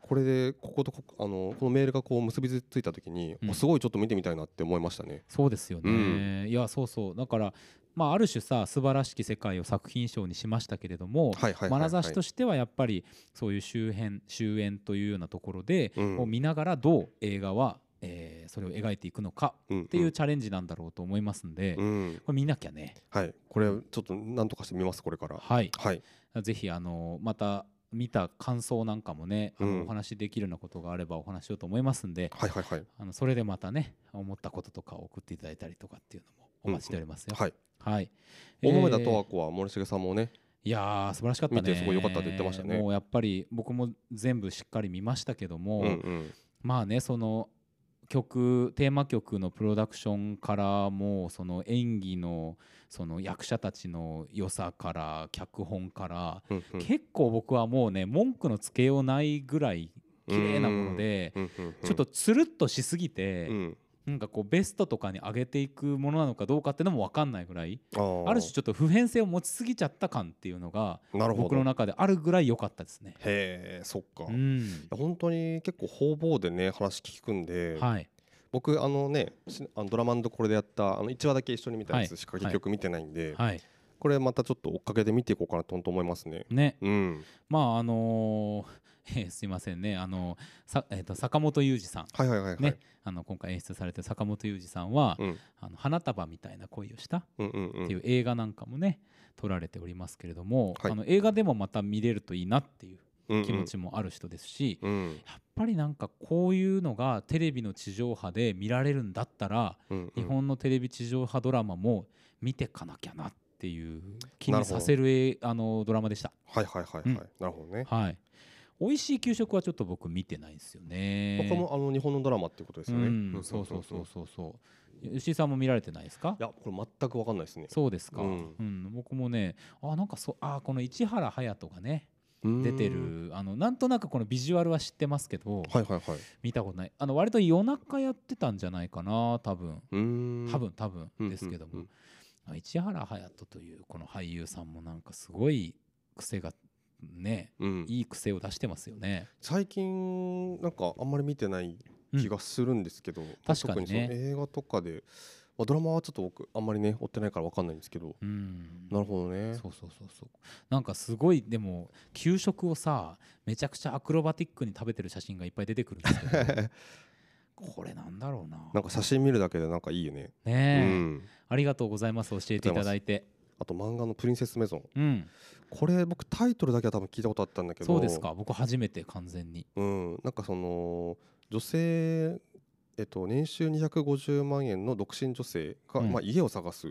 これでこことこあのこのメールがこう結びついた時に、うんおすごいちょっと見てみたいなって思いましたね。そうですよね、ういやそうそうだから、まあ、ある種さ「素晴らしき世界」を作品賞にしましたけれども、はいはいは眼い、は差しといしてはやっぱりそういう周辺終焉というようなところで、うんを見ながらどう映画は、えーそれを描いていくのかうんっていうチャレンジなんだろうと思いますんで、うこん、れ見なきゃねはい、これちょっとなんとかしてみますこれから。はいはい、ぜひあのまた見た感想なんかもねあの、うんお話しできるようなことがあればお話しようと思いますんではい、はい、はい、あのそれでまたね思ったこととかを送っていただいたりとかっていうのもお待ちしておりますよ。はい、はい。大豆田えー十和子は森重さんもね、いやー素晴らしかったね。見てすごい良かったって言ってましたねもうやっぱり僕も全部しっかり見ましたけども、うんうん、まあねその曲テーマ曲のプロダクションからもうその演技のその役者たちの良さから脚本から、うんうん、結構僕はもうね文句のつけようないぐらい綺麗なもので。うんうんうん、ちょっとつるっとしすぎて、うん、なんかこうベストとかに上げていくものなのかどうかっていうのも分かんないぐらいあーある種ちょっと普遍性を持ちすぎちゃった感っていうのがなるほど僕の中であるぐらい良かったですね。へえそっか、ういんや、本当に結構方々でね話聞くんで、はい、僕あのねしあのドラマンドこれでやったあの1話だけ一緒に見たやはついしか結局見てないんで、はい、これまたちょっと追っかけで見ていこうかなと本当思いますねねうんまああのー *laughs* えーすいませんねあのさ、えー、と坂本雄二さん、はいはいはいはい、ねあの今回演出されてる坂本雄二さんは、うん、あの花束みたいな恋をしたっうんうんうんていう映画なんかもね、撮られておりますけれども、はいあの映画でもまた見れるといいなっていううんうん気持ちもある人ですし、うんやっぱりなんかこういうのがテレビの地上波で見られるんだったら、うんう日ん本のテレビ地上波ドラマも見てかなきゃなっていう気なにるほどさせるえあのドラマでした。はいはいはいはい、うんなるほどね、はい。美味しい給食はちょっと僕見てないんですよまねあ。これもあの日本のドラマっていうことですよね、うん、そうそうそうそうそう。吉井さんも見られてないですかい？やこれ全くわかんないですねそうですか。ううんん、僕もね、あなんかそうあこの市原隼人がね出てうーんるあのなんとなくこのビジュアルは知ってますけど、はいはいはい見たことない。あの割と夜中やってたんじゃないかな多分。うーん多分多分うんですけども、うん市原隼人というこの俳優さんもなんかすごい癖がねうんいい癖を出してますよね。最近なんかあんまり見てない気がするんですけど、確かにね特その映画とかで、まあ、ドラマはちょっと僕あんまりね追ってないからわかんないんですけど、うんなるほどねそうそうそうそうなんかすごいでも給食をさめちゃくちゃアクロバティックに食べてる写真がいっぱい出てくるんですけ *laughs* どこれなんだろうななんか写真見るだけでなんかいいよね、ねえ、うん、ありがとうございます教えていただいてあと漫画の「プリンセスメゾンうん」これ僕タイトルだけは多分聞いたことあったんだけどそうですか僕初めて完全にうん、なんかその女性えっと、年収250万円の独身女性が、うんまあ、家を探すっ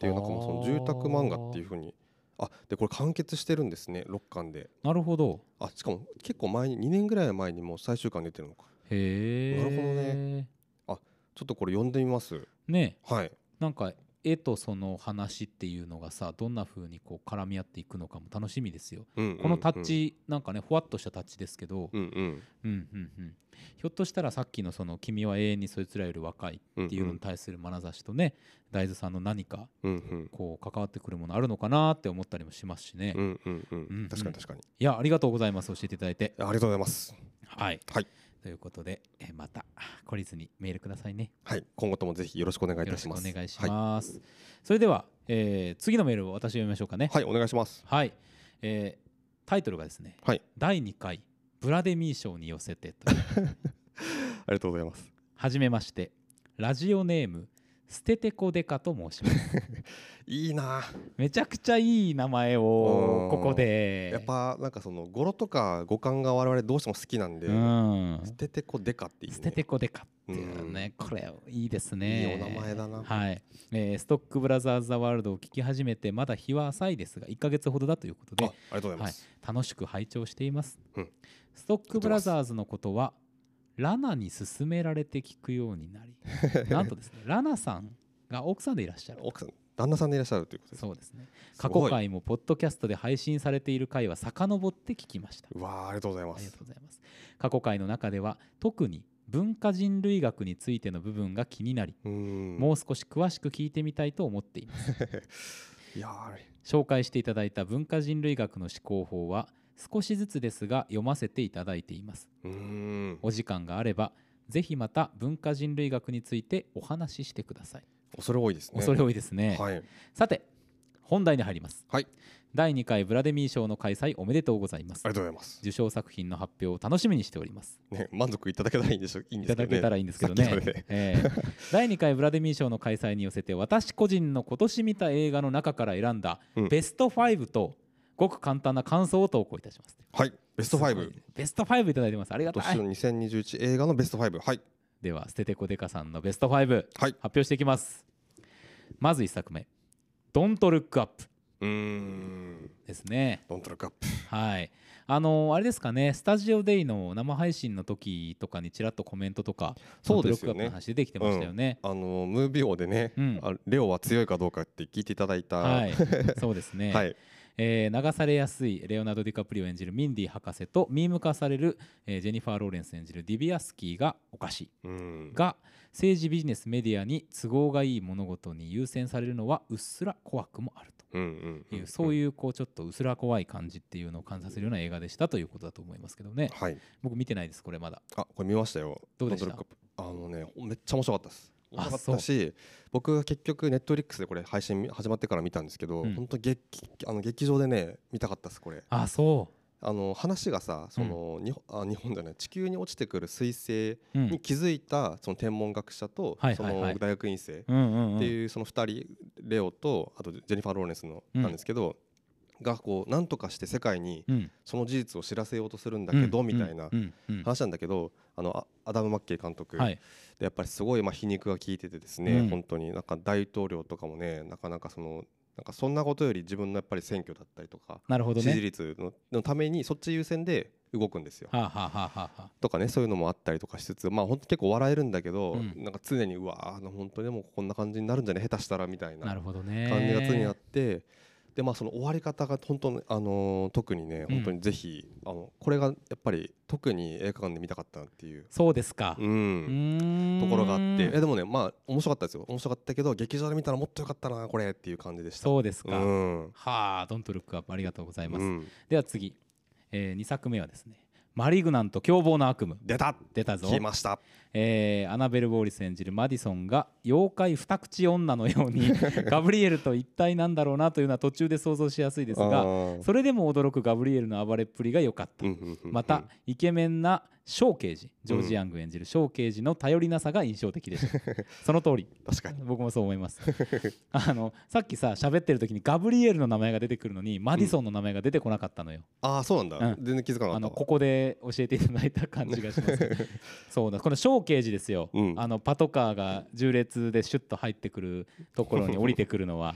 ていうなんかもうその住宅漫画っていうはふうにあでこれ完結してるんですね6巻でなるほどあしかも結構前に2年ぐらい前にもう最終巻出てるのかへえなるほどねちょっとこれ読んでみますねはいなんか絵とその話っていうのがさどんな風にこう絡み合っていくのかも楽しみですようんうんうんこのタッチなんかねふわっとしたタッチですけどうんうんうんうんうんひょっとしたらさっきのその「君は永遠にそいつらより若い」うんっていうのに対する眼差しとね大豆さんの何かうんうんこう関わってくるものあるのかなって思ったりもしますしねうんうんうんうんうん確かに確かにいやありがとうございます教えていただいてありがとうございますはいはいということでえまた懲りずにメールくださいねはい今後ともぜひよろしくお願いいよたろししくおます願いしはます、それでは、えー次のメールを私読みましょうかねいはいお願いします *laughs* はい、えータイトルがですねはい第2回ブラデミー賞に寄せてというありがとうございますはじめましてラジオネームステテコデカと申します *laughs* いいなめちゃくちゃいい名前をうんここでやっぱなんかその語呂とか語感が我々どうしても好きなんでうん捨ててこでかっていいねステテコデカっていうねこれいいですいいねお名前だなはい、えーストックブラザーズ・ザ・ワールドを聞き始めてまだ日は浅いですが1ヶ月ほどだということであありがとうございます楽しく拝聴しています、うんストックブラザーズのことはラナに勧められて聞くようにな *laughs* りなんとですねラナさんが奥さんでいらっしゃる奥さん旦那さんでいらっしゃるということですそうですねす過ご去い回もポッドキャストで配信されている回は遡って聞きましたうわあありがとうございまありがすとうございます過去回の中では特に文化人類学についての部分が気になりうーんもう少し詳しく聞いてみたいと思っていますいやーあれ紹介していただいた文化人類学の思考法は少しずつですが読ませていただいていますうーんお時間があればぜひまた文化人類学についてお話ししてください恐れ多いですね恐れ多いですね、はいさて本題に入ります、はい第2回ブラデミー賞の開催おめでとうございますありがとうございます受賞作品の発表を楽しみにしておりますね満足いただけたらいいんでしょいいんいでたすだけどねけたらいいんですけどねさっきまでえ *laughs* え第2回ブラデミー賞の開催に寄せて私個人の今年見た映画の中から選んだうんベスト5とごく簡単な感想を投稿いたしますはいベストすごい5ねベスト5いただいてますありが今たい年の2021映画のベスト5はいではステテコデカさんのベスト5発はい表していきますまず1作目「ドントルックアップうーん」ですねドントラックアッはいあのーあれですかねスタジオデイの生配信の時とかにちらっとコメントとかそうですドントルックアよねップの話出てきてましたよね、プあのムービー王でね、うんあレオは強いかどうかって聞いていただいた *laughs* はいそうですね、はいえー流されやすいレオナルド・ディカプリオ演じるミンディ博士とミーム化される、えージェニファー・ローレンス演じるディビアスキーがおかしいうんが政治ビジネスメディアに都合がいい物事に優先されるのはうっすら怖くもあるうんうんという、そうういうこうちょっとうっすら怖い感じっていうのを感じさせるような映画でしたということだと思いますけどねんはい僕見てないですこれまだあこれ見ましたよどうでしたドントルックアップあのねほんめっちゃ面白かったです面あ白かったし僕結局ネットリックスでこれ配信始まってから見たんですけど、うん本当劇あの劇場でね見たかったですこれあそあの話がさその、日本あ日本じゃない地球に落ちてくる彗星う、うん、に気づいたその天文学者と、はいそはいはいの大学院生っうんうんうんていうその2人レオとあとジェニファー・ローレンスのうんなんですけど、がこうなんとかして世界にうんその事実を知らせようとするんだけど、うんみたいなうんうん話なんだけどあのあアダム・マッケイ監督、はいでやっぱりすごいまあ皮肉が効いててですね、うん本当になんか大統領とかもねなかなかそのなんかそんなことより自分のやっぱり選挙だったりとか、なるほど支持ね率ののためにそっち優先で動くんですよ。はあ、はあはあはあはあ、とかねそういうのもあったりとかしつつまあ本当結構笑えるんだけど、うんなんか常にうわーあの本当にもうこんな感じになるんじゃね下手したらみたいななるほ感どねじが常にあって。でまあ、その終わり方が本当に、あのー特にうねん本当にぜひ、あのこれがやっぱり特に映画館で見たかったなっていう、そうですかう、うんーんところがあってえでもねまあ面白かったですよ面白かったけど劇場で見たらもっとよかったなこれっていう感じでしたそうですか、うんはあドントルックアップありがとうございます、うんでは次、え2作目はですね「マリグナント凶暴な悪夢出た」出たぞ、来ましたえーアナベル・ウォーリス演じるマディソンが妖怪二口女のよう *laughs* にガブリエルと一体なんだろうなというのは途中で想像しやすいですあがーそれでも驚くガブリエルの暴れっぷりが良かった、うんうんうんうんまたイケメンなショーケージジョージ・ヤング演じるショーケージの頼りなさが印象的で *laughs* したその通り確かに僕もそう思い *laughs* ますあのさっきさ喋ってる時にガブリエルの名前が出てくるのにマディソンの名前が出てこなかったのよ、ああそうなんだ、うん全然気づかあなかったのわここで教えていただいた感じがしますけ *laughs* どそうだこのショーケージですよ、うんあのパトカーが縦列でシュッと入ってくるところに降りてくるのは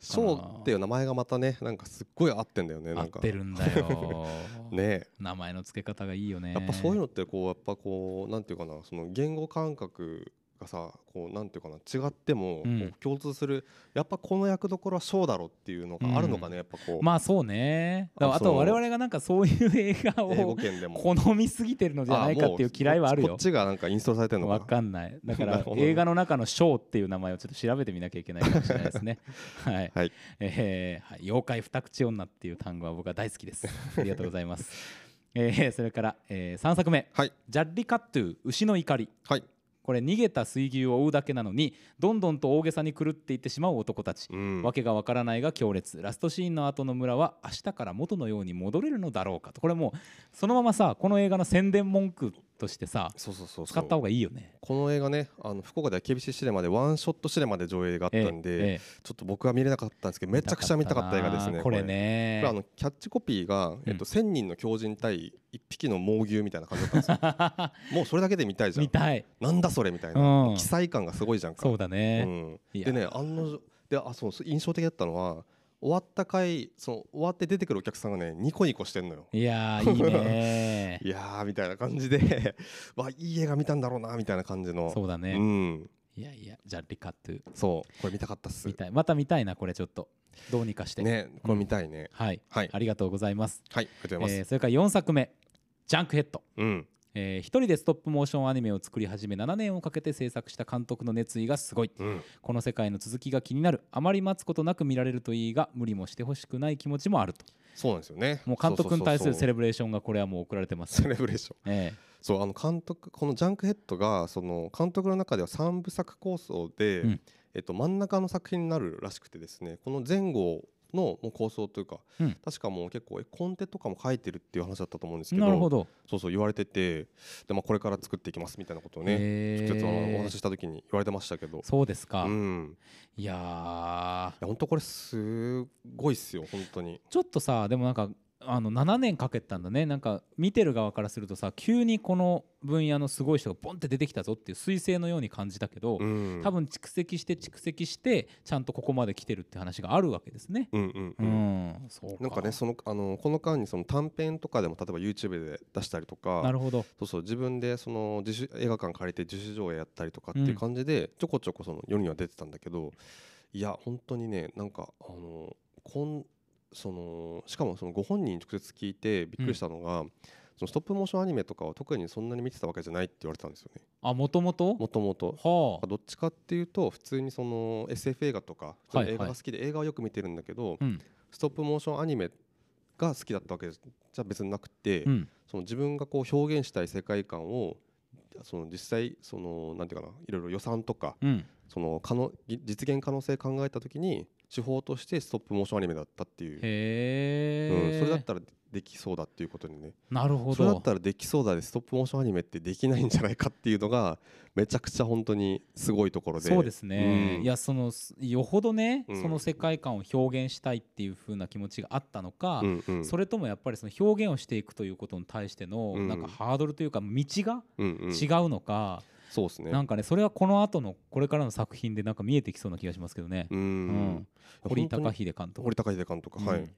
ショーっていう名前がまたねなんかすっごい合ってんだよね合 *laughs* なんっかてるんだよ *laughs* ね名前の付け方がいいよねやっぱそういうのってこうやっぱこうなんていうかなその言語感覚がさこうなんていうかな違ってもこうんう共通する、やっぱこの役どころはショーだろうっていうのがあるのかうね、んやっぱこう、まあそうねだからああそとう我々がなんかそういう映画英語を圏でも好みすぎてるのじゃないかっていう嫌いはあるこよっちがなんかインストールされてるのわかかんないだか *laughs* ならるほどね映画の中の「ショー」っていう名前をちょっと調べてみなきゃいけないかもしれない *laughs* ですねはい、はいえーはい妖怪二口女っていう単語は僕は大好きですありがとうございます、 *laughs* えーそれから、え3作目はい「ジャッリカットゥ牛の怒り」はいこれ逃げた水牛を追うだけなのにどんどんと大げさに狂っていってしまう男たち、うんわけがわからないが強烈ラストシーンの後の村は明日から元のように戻れるのだろうかとこれもうそのままさこの映画の宣伝文句としてさそうそうそうそう使った方がいいよねこの映画ねあの福岡では KBC シネマでワンショットシネマで上映があったんで、ええちょっと僕は見れなかったんですけどめちゃくちゃ見たかった映画ですねこれこねれあのキャッチコピーが、えっと、1000人の狂人対1匹の猛牛みたいな感じだったんですよもうそれだけで見たい *laughs* じゃ見んたいなんだそれみたいなうん記載感がすごいじゃんかそうだね、ういん、やでね案の定であそう印象的だったのは終わった回その終わって出てくるお客さんがねニコニコしてんのよいやーいいね *laughs* いやーみたいな感じで *laughs* わいい映画見たんだろうなみたいな感じのそうだね、うんいやいやじゃあリカットゥそうこれ見たかったっす見たいまた見たいなこれちょっとどうにかして、ねこれ見たいね、はいはいありがとうございますはいありがとうございえまーす、それから4作目「ジャンクヘッド」うんえー一人でストップモーションアニメを作り始め7年をかけて制作した監督の熱意がすごいうんこの世界の続きが気になるあまり待つことなく見られるといいが無理もしてほしくない気持ちもあるとそうなんですよねもう監督に対するセレレブレーションがこれはもう送られてますセレブレーションえそうあの監督このジャンクヘッドがその監督の中では3部作構想で、うんえっと、真ん中の作品になるらしくてですねこの前後のもう構想というか、うん確かもう結構絵コンテとかも書いてるっていう話だったと思うんですえけどなるほどそうそう言われててで、まあ、これから作っていきますみたいなことをね、えちょっとあのおえ話しした時に言われてましたけど。そうですか、ういん、やーいや本当これすごいっすよ本当にちょっとさでもなんかあの7年かけたんだねなんか見てる側からするとさ急にこの分野のすごい人がボンって出てきたぞっていう彗星のように感じたけど、うん多分蓄積して蓄積してちゃんとここまで来てるって話があるわけですね。うんうんううん、ん、そうかなんかねそのあのこの間にその短編とかでも例えば YouTube で出したりとかなるほど。そうそう自分でその自主映画館借りて自主上映やったりとかってういんう感じでちょこちょこその世には出てたんだけどいや本当にねなんかあのこんそのしかもそのご本人に直接聞いてびっくりしたのが、そのストップモーションアニメとかは特にそんなに見てたわけじゃないって言われてたんですよねあ、もともと。もともと。はあ。どっちかっていうと普通にその SF 映画とかはい映画が好きで映画をよく見てるんだけどうん。ストップモーションアニメが好きだったわけじゃ別になくて、うん。その自分がこう表現したい世界観をその実際そのなんていうかないろいろ予算とかうん。その可能ぎ実現可能性考えた時に手法としてストップモーションアニメだったっていう、へうえ、ん、それだったらできそうだっていうことにねなるほそれだっど。たらできそうだでストップモーションアニメってできないんじゃないかっていうのがめちゃくちゃ本当にすごいところでそうですね、うんいやそのすよほどね、うんその世界観を表現したいっていう風な気持ちがあったのか、うんうんそれともやっぱりその表現をしていくということに対しての、うんなんかハードルというか道がうんう違んうのか、そうですねなんかねそれはこの後のこれからの作品でなんか見えてきそうな気がしますけどね、うんうん堀井本当貴に秀監督堀高秀監督、はういん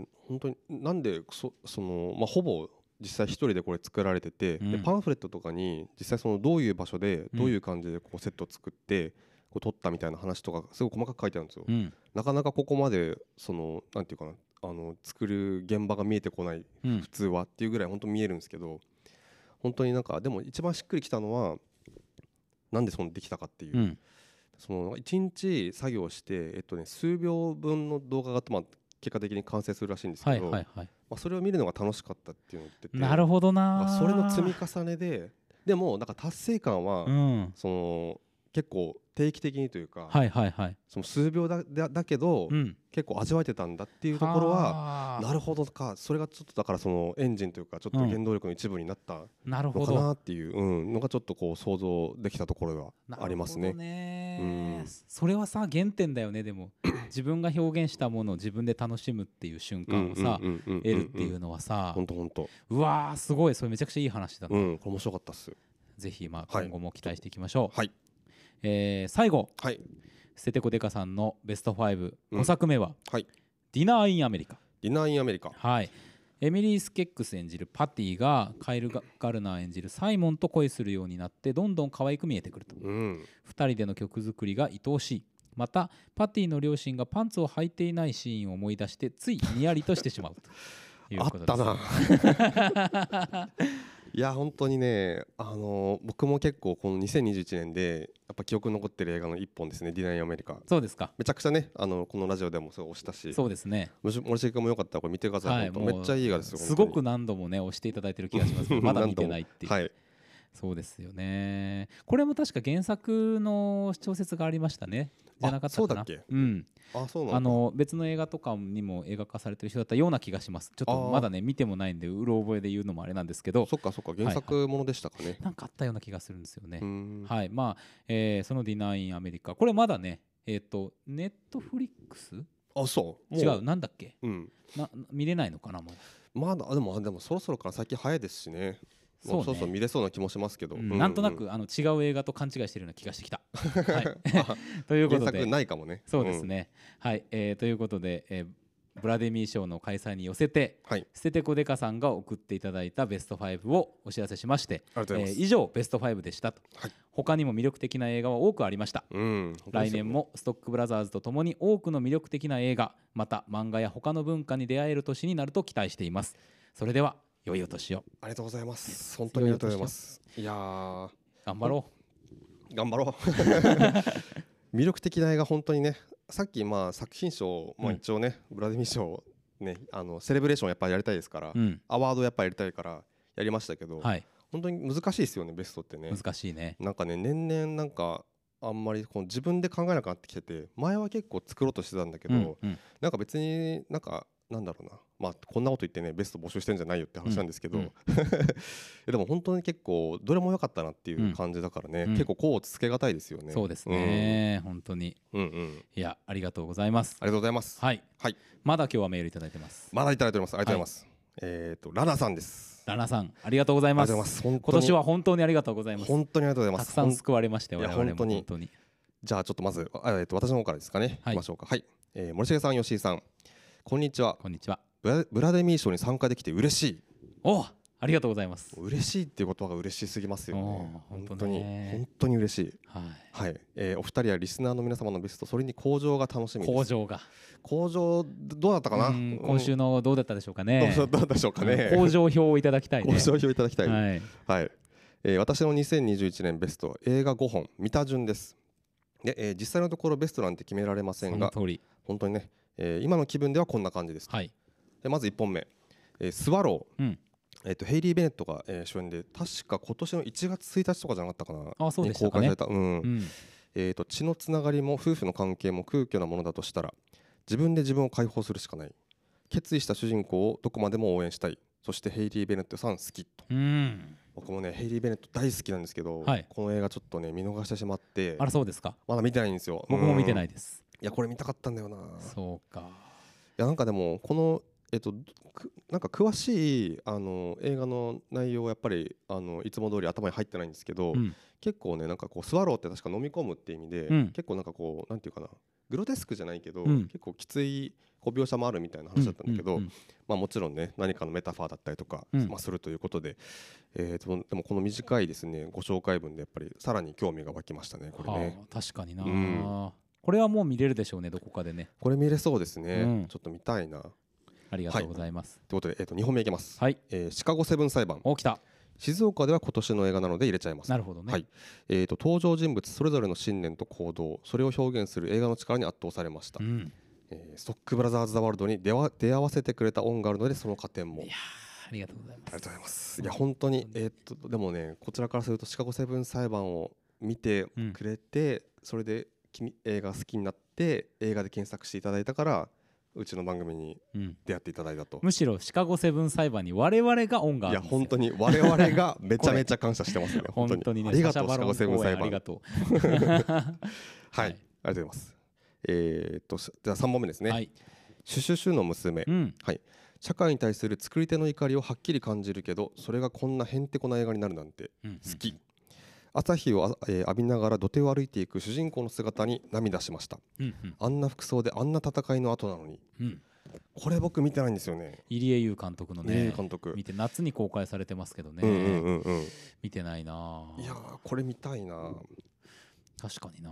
で本当になんでそその、まあ、ほぼ実際一人でこれ作られてて、うんでパンフレットとかに実際そのどういう場所でうんどういう感じでこうセットを作ってこう撮ったみたいな話とかすごい細かく書いてあるんですよ、うんなかなかここまでそのなんていうかなあの作る現場が見えてこないうん普通はっていうぐらい本当見えるんですけど本当になんかでも一番しっくりきたのはなんでそのできたかっていう、うんその1日作業して、えっとね、数秒分の動画が、まあ、結果的に完成するらしいんですけど、はいはいはいまあ、それを見るのが楽しかったっていうのを言っててなるほどまなあそれの積み重ねででもなんか達成感は、うんその結構定期的にというか、はいはいはいその数秒だだだけど、うん結構味わえてたんだっていうところははあなるほどかそれがちょっとだからそのエンジンというかちょっとうん原動力の一部になったなるのほかどなっていう、うん、のがちょっとこう想像できたところがありますなねるほど。ねうんそれはさ原点だよねでも *clears throat* 自分が表現したものを自分で楽しむっていう瞬間をさうんうんうんうんうん得るっていうのはさ本当本当うわーすごいそれめちゃくちゃいい話だなうんこれ面白かったっすぜひまあはい今後も期待していきましょうはいえー最後はいステテコデカさんのベスト5、うん5作目は、はいディナー・イン・アメリカ。ディナー・イン・アメリカはいエミリー・スケックス演じるパティがカイル・ガルナー演じるサイモンと恋するようになってどんどん可愛く見えてくるとうん2人での曲作りが愛おしいまたパティの両親がパンツを履いていないシーンを思い出してついニヤリとしてしまうというあことっでたすな *laughs* いや本当にねあの僕も結構この2021年でやっぱ記憶に残ってる映画の一本ですね「ディナー・イン・アメリカ」そうですかめちゃくちゃねあのこのラジオでもすごい押したしそうですねもし森重君もよかったらこれ見てください、本当もうめっちゃいい映画ですよすごく本何度もね押していただいてる気がし *laughs* ますけど当にまだ見てないっていう、はいそうですよねこれも確か原作の小説がありましたねじゃなかったかなあそうだっけうんあそうなんだあの別の映画とかにも映画化されてる人だったような気がしますちょっあとーまだね見てもないんでうろ覚えで言うのもあれなんですけどそっかそっか原作ものでしたかね、なんかあったような気がするんですよねうー、んはいまあ、えーその「ディナー・イン・アメリカ」これまだねえっ、とネットフリックスあそうも違うなんだっけうんなな見れないのかなもうまだあでもあでもそろそろから先早いですしねそうもねうそろそろ見れそうな気もしますけど、ううんうなんとなくあの違う映画と勘違いしてるような気がしてき *laughs* た。はい、 *laughs* というこ原とで作ないかもねそうですんね、はい、えーということで、えーブラデミー賞の開催に寄せてはいステテコデカさんが送っていただいたベスト5をお知らせしましてありがとうござえいます、ー以上ベスト5でしたと、はい他にも魅力的な映画は多くありましたうん来年もストックブラザーズとともに多くの魅力的な映画また漫画や他の文化に出会える年になると期待していますそれでは良いお年をありがとうございます本当にありがとうございますいやー頑張ろ頑張ろう *laughs* 魅力的な映画本当にねさっきまあ作品賞、まあ、うん一応ね、ブラデミー賞ねあのセレブレーションやっぱりやりたいですから、ううんアワードやっぱりやりたいからやりましたけど、はい本当に難しいですよねベストってね難しいねなんかね年々なんかあんまりこう自分で考えなくなってきてて前は結構作ろうとしてたんだけど、うんうんなんか別になんかなんだろうなまあこんなこと言ってねベスト募集してんじ *laughs* ゃないよって話なんですけど、うんでも本当に結構どれも良かったなっていうんう感じだからね、うん結構こうつけがたいですよねそうです、ね、本当にうん、うんうんいやありがとうございますありがとうございますはい、はいまだ今日はメールいただいてます、まだいただいておりますありがとうございます、えっ、とラナさんですラナさんありがとうございありまがすとうございます本当今に年は本当にありがとうございます本当にありがとうございまたすくさん救われましてい我や々も本当本当ににじゃあちょっとまず、あえー、と私の方からですかね、はいい、きましょうかはい、えー森重さん吉井さんこんにちはこんにちはブラブラデミー賞に参加できて嬉しいおうありがとうございます嬉しいっていう言葉が嬉しすぎますよねおー本当に本当ね本当に嬉しいははい、えーお二人やリスナーの皆様のベストそれに工場が楽しいみです工場が工場どうだったかな、うん今週の、のどうだったでしょうかどうねだどうだったでしょうかね、工場表をいただきたいね工場表いただきたい、はいはいえー私の2021年ベスト映画5本見た順ですで、えー実際のところベストなんて決められませそんのが通り本当にね、えー今の気分ではこんな感じです、はいでまず1本目、えースワローうんえっとヘイリー・ベネットが、えー主演で確か今年の1月1日とかじゃなかったかなあそうでしたかねに公開された、うんうんえっと血のつながりも夫婦の関係も空虚なものだとしたら自分で自分を解放するしかない決意した主人公をどこまでも応援したいそしてヘイリー・ベネットさん好きとうん僕もねヘイリー・ベネット大好きなんですけど、はいこの映画ちょっとね見逃してしまってあらそうですかまだ見てないんですよ僕も見てないいですいやこれ見たかったんだよなそうかいやなんかでもこのえっとくなんか詳しいあの映画の内容はやっぱりあのいつも通り頭に入ってないんですけど、うん結構ねなんかこうスワローって確か飲み込むって意味で、うん結構なんかこうなんていうかなグロテスクじゃないけど、うん結構きついこう描写もあるみたいな話だったんだけど、ううまあ、もちろんね何かのメタファーだったりとか、うんまあ、するということで、えー、とでもこの短いですねご紹介文でやっぱりさらに興味が湧きましたねこれねはあ確かになうんこれはもう見れるでしょうねどこかでねこれ見れそうですね、うんちょっと見たいなというありがとうございますことで、えー、と2本目いきます、はいえーシカゴセブン裁判おきた静岡では今年の映画なので入れちゃいますなるほどねはいえー、と登場人物それぞれの信念と行動それを表現する映画の力に圧倒されました、うんえーストックブラザーズ・ザ・ワールドに出わ出会わせてくれた恩があるのでその加点もいやーありがとうございますありがとうございますいや本当にえーっとでもねこちらからするとシカゴセブン裁判を見てうんくれて、それで君映画好きになって映画で検索していただいたからうちの番組にうん出会っていただいたとむしろシカゴセブン裁判に我々が恩があいるやんですよ本当に我々がめちゃめちゃ感謝してますね *laughs* 本当にねありがとシャうシバカロゴンセブン公裁演あり判がとはい、はいありがとうございます。えーっとしじゃあ3本目ですうね、はいシュシュシュの娘、うん社会に対する作り手の怒りをはっきり感じるけどそれがこんなへんてこな映画になるなんてうん好き、朝日をあ、えー浴びながら土手を歩いていく主人公の姿に涙しましたうんうんあんな服装であんな戦いの後なのにうんこれ僕見てないんですよね入江優監督のねね監督、見て夏に公開されてますけどね、うんうんうんうん見てないないやーこれ見たいな確かにな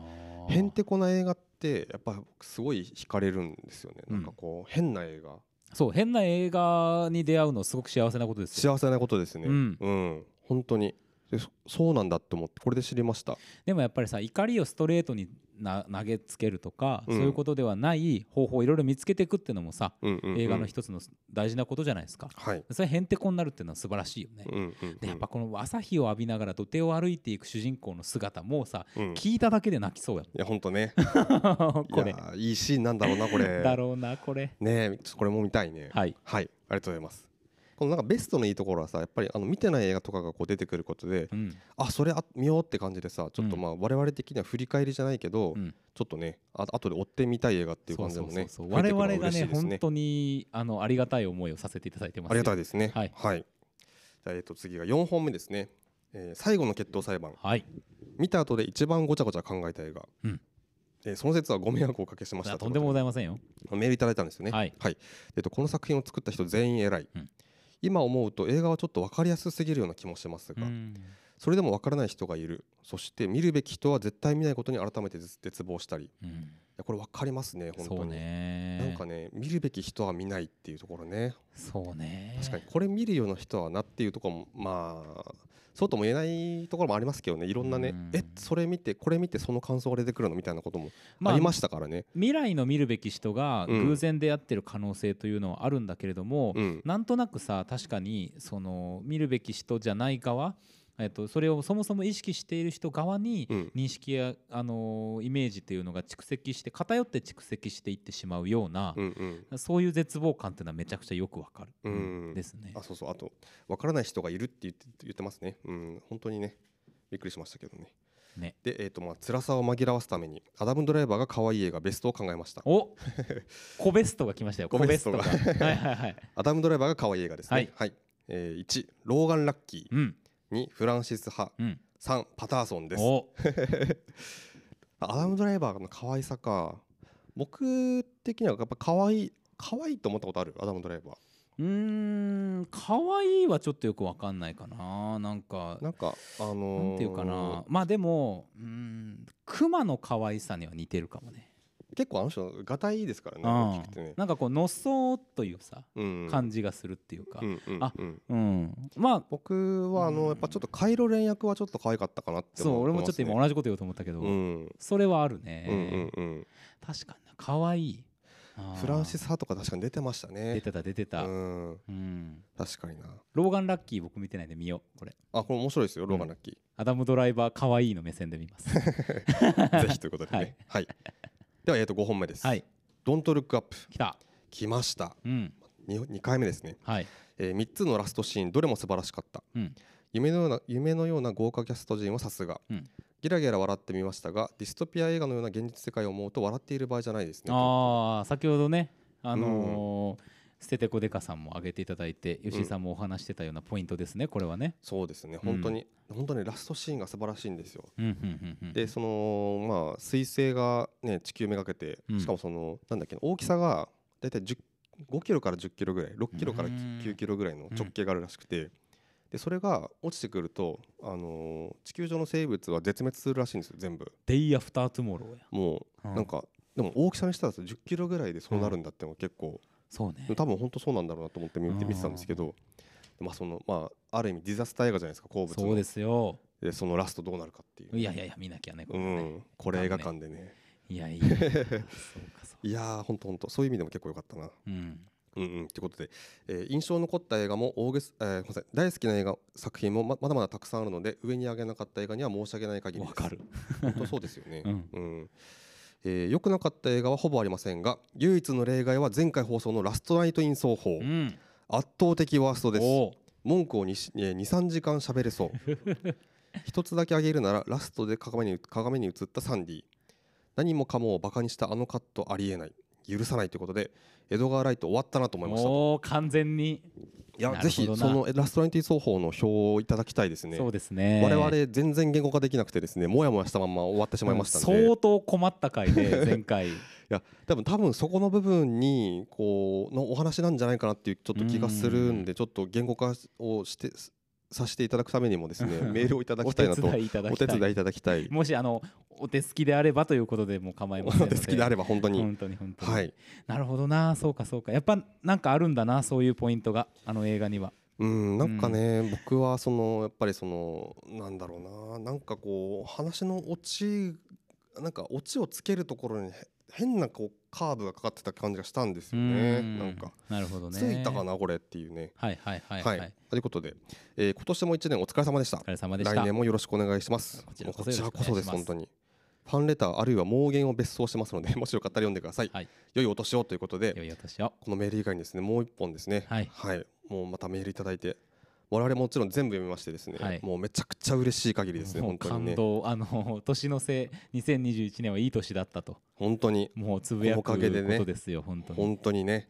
へんてこな映画ってやっぱ僕すごい惹かれるんですよね、うんなんかこう変な映画そう変な映画に出会うのすごく幸せなことですよ幸せなことですねうん本当にでそそうなんだと思ってこれで知りましたでもやっぱりさ怒りをストレートにな投げつけるとか、うんそういうことではない方法をいろいろ見つけていくっていうのもさ、うんうんうん映画の一つの大事なことじゃないですかはい、それへんてこになるっていうのは素晴らしいよね、うんうんうんでやっぱこの朝日を浴びながら土手を歩いていく主人公の姿もさうん聞いただけで泣きそうやいや本当ねもん *laughs* こいれやーいいシーンなんだろうなこ *laughs* れだろうなこれねえちょっとこれも見たいねい、はいありがとうございますこのなんかベストのいいところはさやっぱりあの見てない映画とかがこう出てくることでうんあそれあ見ようって感じでさちょっとうんまあ我々的には振り返りじゃないけど、うんちょっとねあ後で追ってみたい映画っていう感じでもねそうそうそうそう我々入がってねくるの嬉しいです本当にあのありがたい思いをさせていただいてますありがたいいですねはいじゃあえっ、と次が4本目ですね、えー最後の決闘裁判はい見た後で一番ごちゃごちゃ考えた映画、うんえーその説はご迷惑をおかけしまいしたやとんでもございませんよメールいただいたんですよねはいえっとこの作品を作った人全員偉い、うん今思うと映画はちょっと分かりやすすぎるような気もしますが、うんそれでも分からない人がいるそして見るべき人は絶対見ないことに改めて絶絶望したりいうんやこれ分かりますね本当にそうねなんかね見るべき人は見ないっていうところねそうね確かにこれ見るような人はなっていうところもまあそうとも言えないところもありますけどねいろんなね、うんえそれ見てこれ見てその感想が出てくるのみたいなこともまあありましたからね、未来の見るべき人がうん偶然出会ってる可能性というのはあるんだけれども、うんなんとなくさ確かにその見るべき人じゃない側、えっと、それをそもそも意識している人側にうん認識や、あのイメージというのが蓄積して偏って蓄積していってしまうようなう、んうんそういう絶望感っていうのはめちゃくちゃよくわかる、うんですねあ。そうそうあと分からない人がいるって言って言ってますねうん本当にねびっくりしましたけどねねでえっ、とまあ辛さを紛らわすためにアダム・ドライバーが可愛い映画ベストを考えましたおコベストが来ま *laughs* したよココベベスストトがが。はいはいはい。アダム・ドライバーが可愛い映画ですねはいえー1ローガン・ラッキうんー2フランシス派うん。 3パターソンですおアダム・ドライバーの可愛さか僕的にはやっぱ可愛い可愛いと思ったことあるアダム・ドライバーうーん可愛いはちょっとよくわかんないかななんかなんかあのーなんていうかなまあでもうーん熊の可愛さには似てるかもね結構あの人がたいいですからねう大んきくてねなんかこうのっそうというさうん感じがするっていうかうんうんあうんうんまあ僕はあうのんやっぱちょっとカイロ連役はちょっと可愛かったかなってそう思俺ってもまちょっすとね今同じこと言おうと思ったけどうんそれはあるうんねうんうん確かにな可愛いあーフランシス派とか確かに出てましたね出てた出てたうんうん確かになローガンラッキー僕見てないんで見ようこれあこれ面白いですよローガンラッキアダムドライバー可愛いの目線で見ます *laughs* *laughs* ーぜひということでねはいではえっと5本目ですはいドントルックアップ来た来ましたうん 2, 二回目ですね、はいえ3つのラストシーンどれも素晴らしかったうん夢のような夢のような豪華キャスト陣はさすが、うんギラギラ笑ってみましたがディストピア映画のような現実世界を思うと笑っている場合じゃないですねああ先ほどねあのーステテコデカさんも挙げていただいて吉井さんもお話してたようなポイントですねこれはね。そうですうねん本当に、本当にラストシーンが素晴らしいんですようんうんうんうんでそのまあ彗星がね地球めがけて、うんしかもそのなんだっけな大きさが大体10 5キロから1 0キロぐらい6キロからうん9キロぐらいの直径があるらしくて、でそれが落ちてくると、あのー地球上の生物は絶滅するらしいんですよ全部デイアフタートゥモローや。もううんなんか、でも大きさにしたら1 0キロぐらいでそうなるんだってのが結構、そうね。多分本当そうなんだろうなと思って見てうん見てたんですけど、まあそのまあ、ある意味ディザスター映画じゃないですか好物のそうですよ。でそのラストどうなるかっていういやいやいや見なきゃねこうれはね。ん、これ映画館でねいやいや。そうかそう。いやーほんとほんとそういう意味でも結構良かったな。うん。うんうん、ということで、えー印象に残った映画も大げす、えーごめんなさい大好きな映画作品もままだまだたくさんあるので上に上げなかった映画には申し訳ない限りでわす。かる。、本当そうですよねうんうんえー良くなかった映画はほぼありませんが唯一の例外は前回放送の「ラストナイト・イン奏法う」ん。圧倒的ワーストです。おう文句を23時間喋れそう *laughs* 一つだけ挙げるならラストで鏡に鏡に映ったサンディ何もかもをバカにしたあのカットありえない許さないということでエドガー・ライト終わったなと思いましたともう完全に、いやなるぜほひどなそのラストラインティ奏法の票をいただきたいですねそうですね我々全然言語化できなくてですねもやもやしたまんま終わってしまいましたんで、相い当困った回 *laughs* で前回や多分多分そこの部分にこうのお話なんじゃないかなっていうちょっと気がするんでちょっと言語化をしてすさせていただくためにもで *laughs* すねメールをいただおきたい手なと伝いいただおき手たい伝いいただきたいもしあのお手すきであればということでも構いおませんの手でつきであれば本当に本当に本当に、はいなるほどなそうかそうかやっぱなんかあるんだなそういうポイントがあの映画にはうんなんかね、僕はそのやっぱりそのなんだろうななんかこう話のオチなんかオチをつけるところにへ変なこうカーブがかかってた感じがしたんですよねうんなんかなるほどねついたかなこれっていうねはいはいはいは、はいい、ということで、えー今年も一年お疲れ様でしたお疲れ様でした来年もよろしくお願いしますこちらもうここそちよらろしくお願いしますこそです本当にファンレターあるいは盲言を別荘してますのでもしよかったら読んでください、はい良いお年をということで良いお年をこのメール以外にですねもう一本ですねはいもうまたメールいただいて我々もちろん全部読みましてですね、はいもうめちゃくちゃ嬉しい限りですねも本う当に感ね動、あの年のせい2021年はいい年だったと本当にもうつぶやくここのおかげでねとですよ本当に本当にね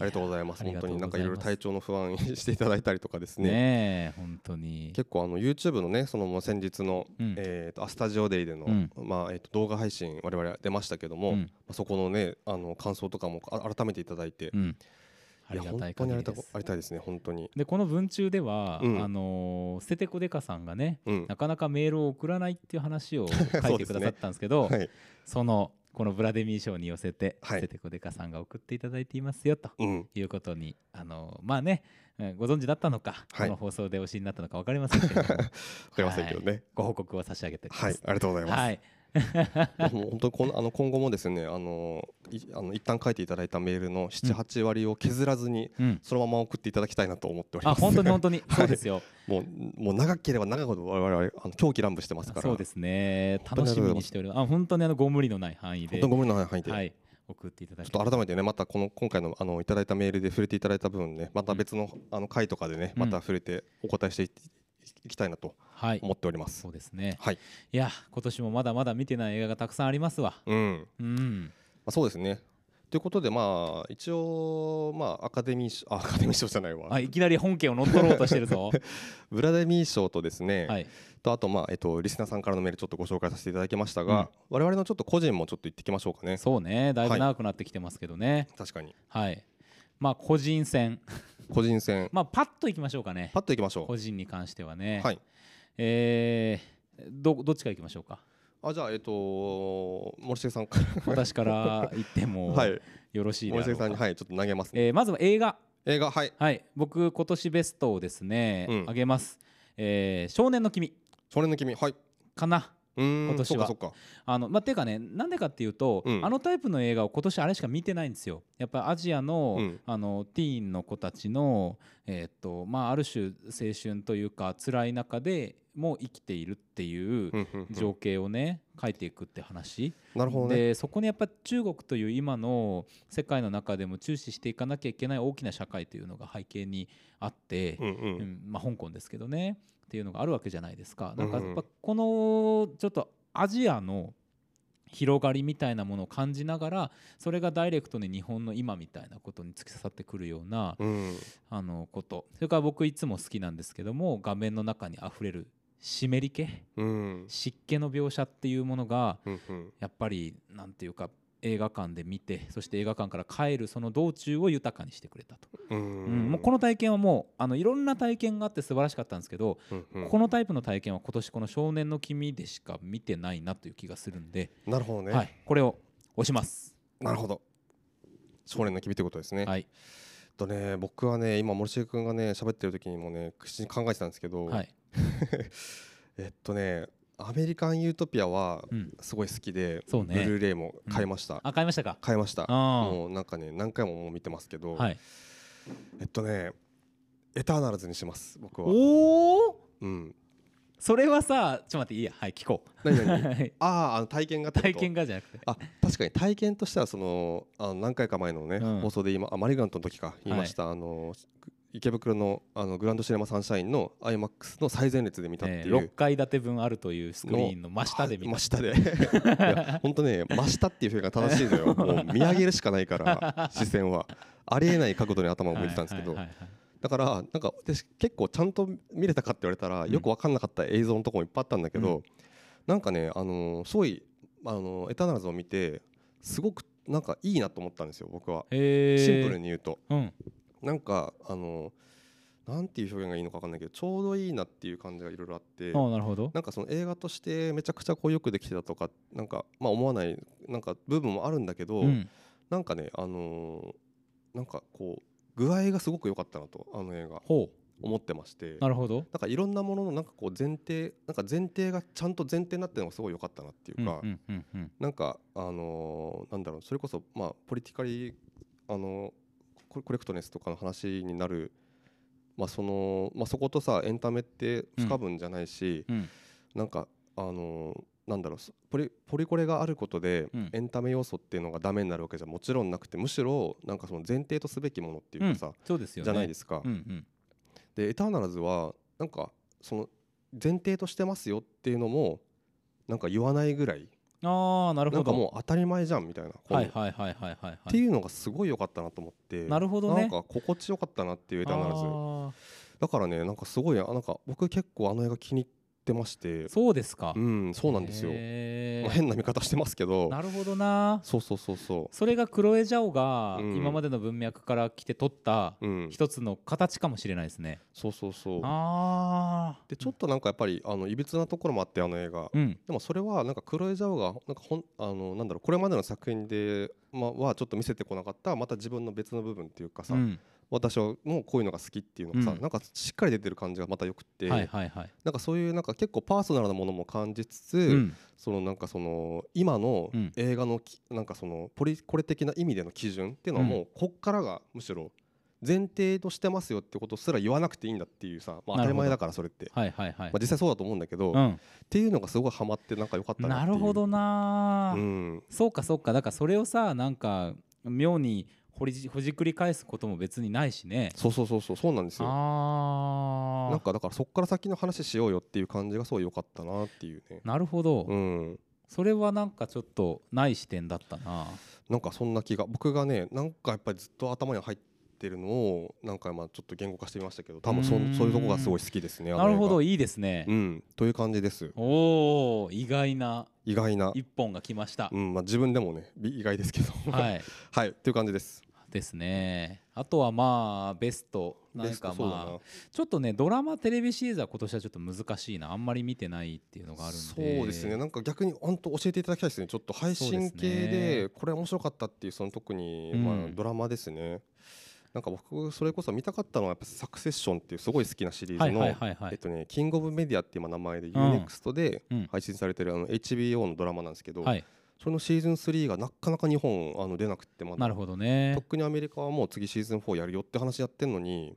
ありがとうございますいや本当にありながんとかうございいますろいろ体調の不安していただいたりとかですねねえ本当に結構あの YouTube のねそのもう先日の、うんえーとアスタジオデイでの、うんまあえー、と動画配信我々出ましたけども、うんまあそこのねあの感想とかもあ改めていただいて、うんあいりやが本たい当に限ありりがでたすいありがたいですね本当に、でこの文中では、うんあのーステテコデカさんがね、うんなかなかメールを送らないっていう話を書 *laughs* そいうでてすくねださったんですけどそはいのこのブラデミー賞に寄せて、はいステテコデカさんが送っていただいていますよとうん、いうことに、あのーまあねうんご存知だったのか、はいこの放送でお知りになったのか分かりませんけども *laughs* わかりませんけどねご報告を差し上げております。はい、ありがとうございます、はいもう本当にこのあの今後もですねあのいあの一旦書いていただいたメールのうん78、8割を削らずにうんそのまま送っていただきたいなと思っておりあます。本当に本当にそうです *laughs* よ、もうもう長ければ長いほど我々あの狂気乱舞してますから。そうですね当楽にあしりがとうござみいまにすしておりますあ本当にあのご無理のない範囲本で当にごめんなさい範囲で。はい送っていただちょきっと改めてねまたこの今回のあのいただいたメールで触れていただいた分ねまた別のあの回とかでねうんまた触れてお答えしていいきたいなとはい思っておりますそ。うですねはい。いや今年もまだまだ見てない映画がたくさんありますわうん。うんまあ、そうですね。ということでまあ一応まあアカデミー賞あアカデミー賞じゃないわあ。いきなり本家を乗っ取ろうとしてる *laughs* ぞブラデミー賞とですね、はいとあとまあえっとリスナーさんからのメールちょっとご紹介させていただきましたが、我々のちょっと個人もちょっと言ってきましょうかね。そうねだいぶ長くなってきてますけどね確かにはい、まあ個人戦 *laughs* 個人戦まあパッといきましょうかねパッといきましょ個人に関してはねう。はい。えーどどっちからいきましょうかあじゃあえっと森重さんから私から言っても *laughs* はいよろしいで森あろ重うか、さんにはいちょっと投げますね。えーまずは映画映画はいはい僕今年ベストをですね、うんあげます、えー少年の君少年の君はい。かなうーん今年はそっかそっか。あのまあ、ていうかねなんでかっていうと、うんあのタイプの映画を今年あれしか見てないんですよやっぱアジアの,、うんあのティーンの子たちの、えーっとまあ、ある種青春というか辛い中でも生きているっていううんうんうん情景をね書いていくって話、なるほどね。でそこにやっぱ中国という今の世界の中でも注視していかなきゃいけない大きな社会というのが背景にあって、うんう。うんんまあ、香港ですけどねっていうのがあるわけじゃないですか。なんかうんうんやっぱこのちょっとアジアの広がりみたいなものを感じながらそれがダイレクトに日本の今みたいなことに突き刺さってくるようなうん、あのことそれから僕いつも好きなんですけども画面の中にあふれる湿り気うん、湿気の描写っていうものがうん、うん、やっぱりなんていうか映画館で見てそして映画館から帰るその道中を豊かにしてくれたと、うん、うんもうこの体験はもうあのいろんな体験があって素晴らしかったんですけどうんうんこのタイプの体験は今年この「少年の君」でしか見てないなという気がするんで、なるほどね、はい、これを押します。なるほど少年の君ってことですね、はいとね僕はね今森重君がね喋ってる時にもね口に考えてたんですけど、はいえっとねアメリカン・ユートピアはうん、すごい好きで、そうブルねーレイも買いました、あ買いましたか買いましたあーもうなんかね何回ももう見てますけど、はい、えっとねエターナルズにします僕はおおうんそれはさちょっと待っていいやはい聞こ何う何 *laughs* はいあああの体験がってこと体験がじゃなくてあ確かに体験としてはそのあの何回か前のね、うん放送で今あマリガントの時か言いました、あの池袋のあのグランドシネマサンシャインの IMAX の最前列で見たってえいーう、 6階建て分あるというスクリーンの真下で見真た下で *laughs* いや本当ね真下っていう表現が正しいのよもう見上げるしかない *laughs* から視線はありえない角度に頭を向いてたんですけどはいはいはいはいだからなんか私結構ちゃんと見れたかって言われたらうんよく分かんなかった映像のとこもいっぱいあったんだけど、なんかねあのーすごいあのーエターナルズを見てすごくなんかいいなと思ったんですよ僕はへーシンプルに言うとうんなんかあのーなんていう表現がいいのか分かんないけどちょうどいいなっていう感じがいろいろあってああなるほどなんかその映画としてめちゃくちゃこうよくできてたとかなんかまあ思わないなんか部分もあるんだけど、うんなんかねあのーなんかこう具合がすごく良かったなとあの映画ほ思ってましてうなるほどなんかいろんなもののなんかこう前提なんか前提がちゃんと前提になってるのがすごい良かったなっていううんうか、んうんうんなんかあのーなんだろうそれこそまあポリティカリーあのココレクトネスとかの話になるまあそのまあそことさエンタメって不可分じゃないし、うんなんかあのーなんだろうそポリポリコレがあることでうんエンタメ要素っていうのがダメになるわけじゃもちろんなくてむしろなんかその前提とすべきものっていうかさ、うんそうですよねじゃないでですか、うんうんでエターナルズはなんかその前提としてますよっていうのもなんか言わないぐらいああなるなほんかどもう当たり前じゃんみたいな、こうはいはいはいはいはいはいっていうのがすごい良かったなと思ってなるほどねなんか心地よかったなっていうエターナルズあだからねなんかすごいあなんか僕結構あの映画気に入ってましてーそうですかうんそうなんですよへー変な見方してますけどなるほどなそうそうそうそそれがクロエ・ジャオがうん今までの文脈から来て取ったううん一つの形かもしれないですねそうそうそうああでちょっとなんかやっぱりあのいびつなところもあってあの映画うんでもそれはなんかクロエ・ジャオがなんかほんあのなんだろうこれまでの作品で、まあ、はちょっと見せてこなかったまた自分の別の部分っていうかさ、うん私はもうこういうのが好きっていうのがさ、うんなんかしっかり出てる感じがまたよくって、はいはいはいなんかそういうなんか結構パーソナルなものも感じつつ、うんそのなんかその今のうん映画のき、なんかそのポリこれ的な意味での基準っていうのはもうこっからがむしろ前提としてますよってことすら言わなくていいんだっていうさ、まあ、当なたるほりど前だからそれって、はいはいはいまあ、実際そうだと思うんだけど、うっんていうのがすごいハマってなんか良かったなっなていうるほどなうーん、そうかそうかだからそれをさなんか妙にほりじほじくり返すことも別にないしねそうそうそうそうそうなんですよああなんかだからそっから先の話しようよっていう感じがすごい良かったなっていうねなるほど、うんそれはなんかちょっとない視点だったななんかそんな気が僕がねなんかやっぱりずっと頭に入ってるのをなんかまあちょっと言語化してみましたけど多分そうんんそういうとこがすごい好きですねあのなるほど映いいですね画、うん、という感じですおお意外な意外な、一本が来ましたう、んまあ、自分でもねび意外ですけど、*laughs* はいいはい、という感じですですねあとはまあベストなんベスかトそうだなまあちょっとねドラマテレビシリーズは今年はちょっと難しいなあんまり見てないっていうのがあるんでそうですねなんか逆に本当教えていただきたいですねちょっと配信系そうですでこれ面白かったっていうその特にうんまあドラマですね、なんか僕それこそ見たかったのはやっぱサクセッションっていうすごい好きなシリーはズいの、はいはいはえっいとね、キングオブメディアっていう今名前でん UNEXT でうん配信されてるあの HBO のドラマなんですけど、はいそのシーズン3がなかなか日本あの出なくってまなだるほどねとっくにアメリカはもう次シーズン4やるよって話やってんのに、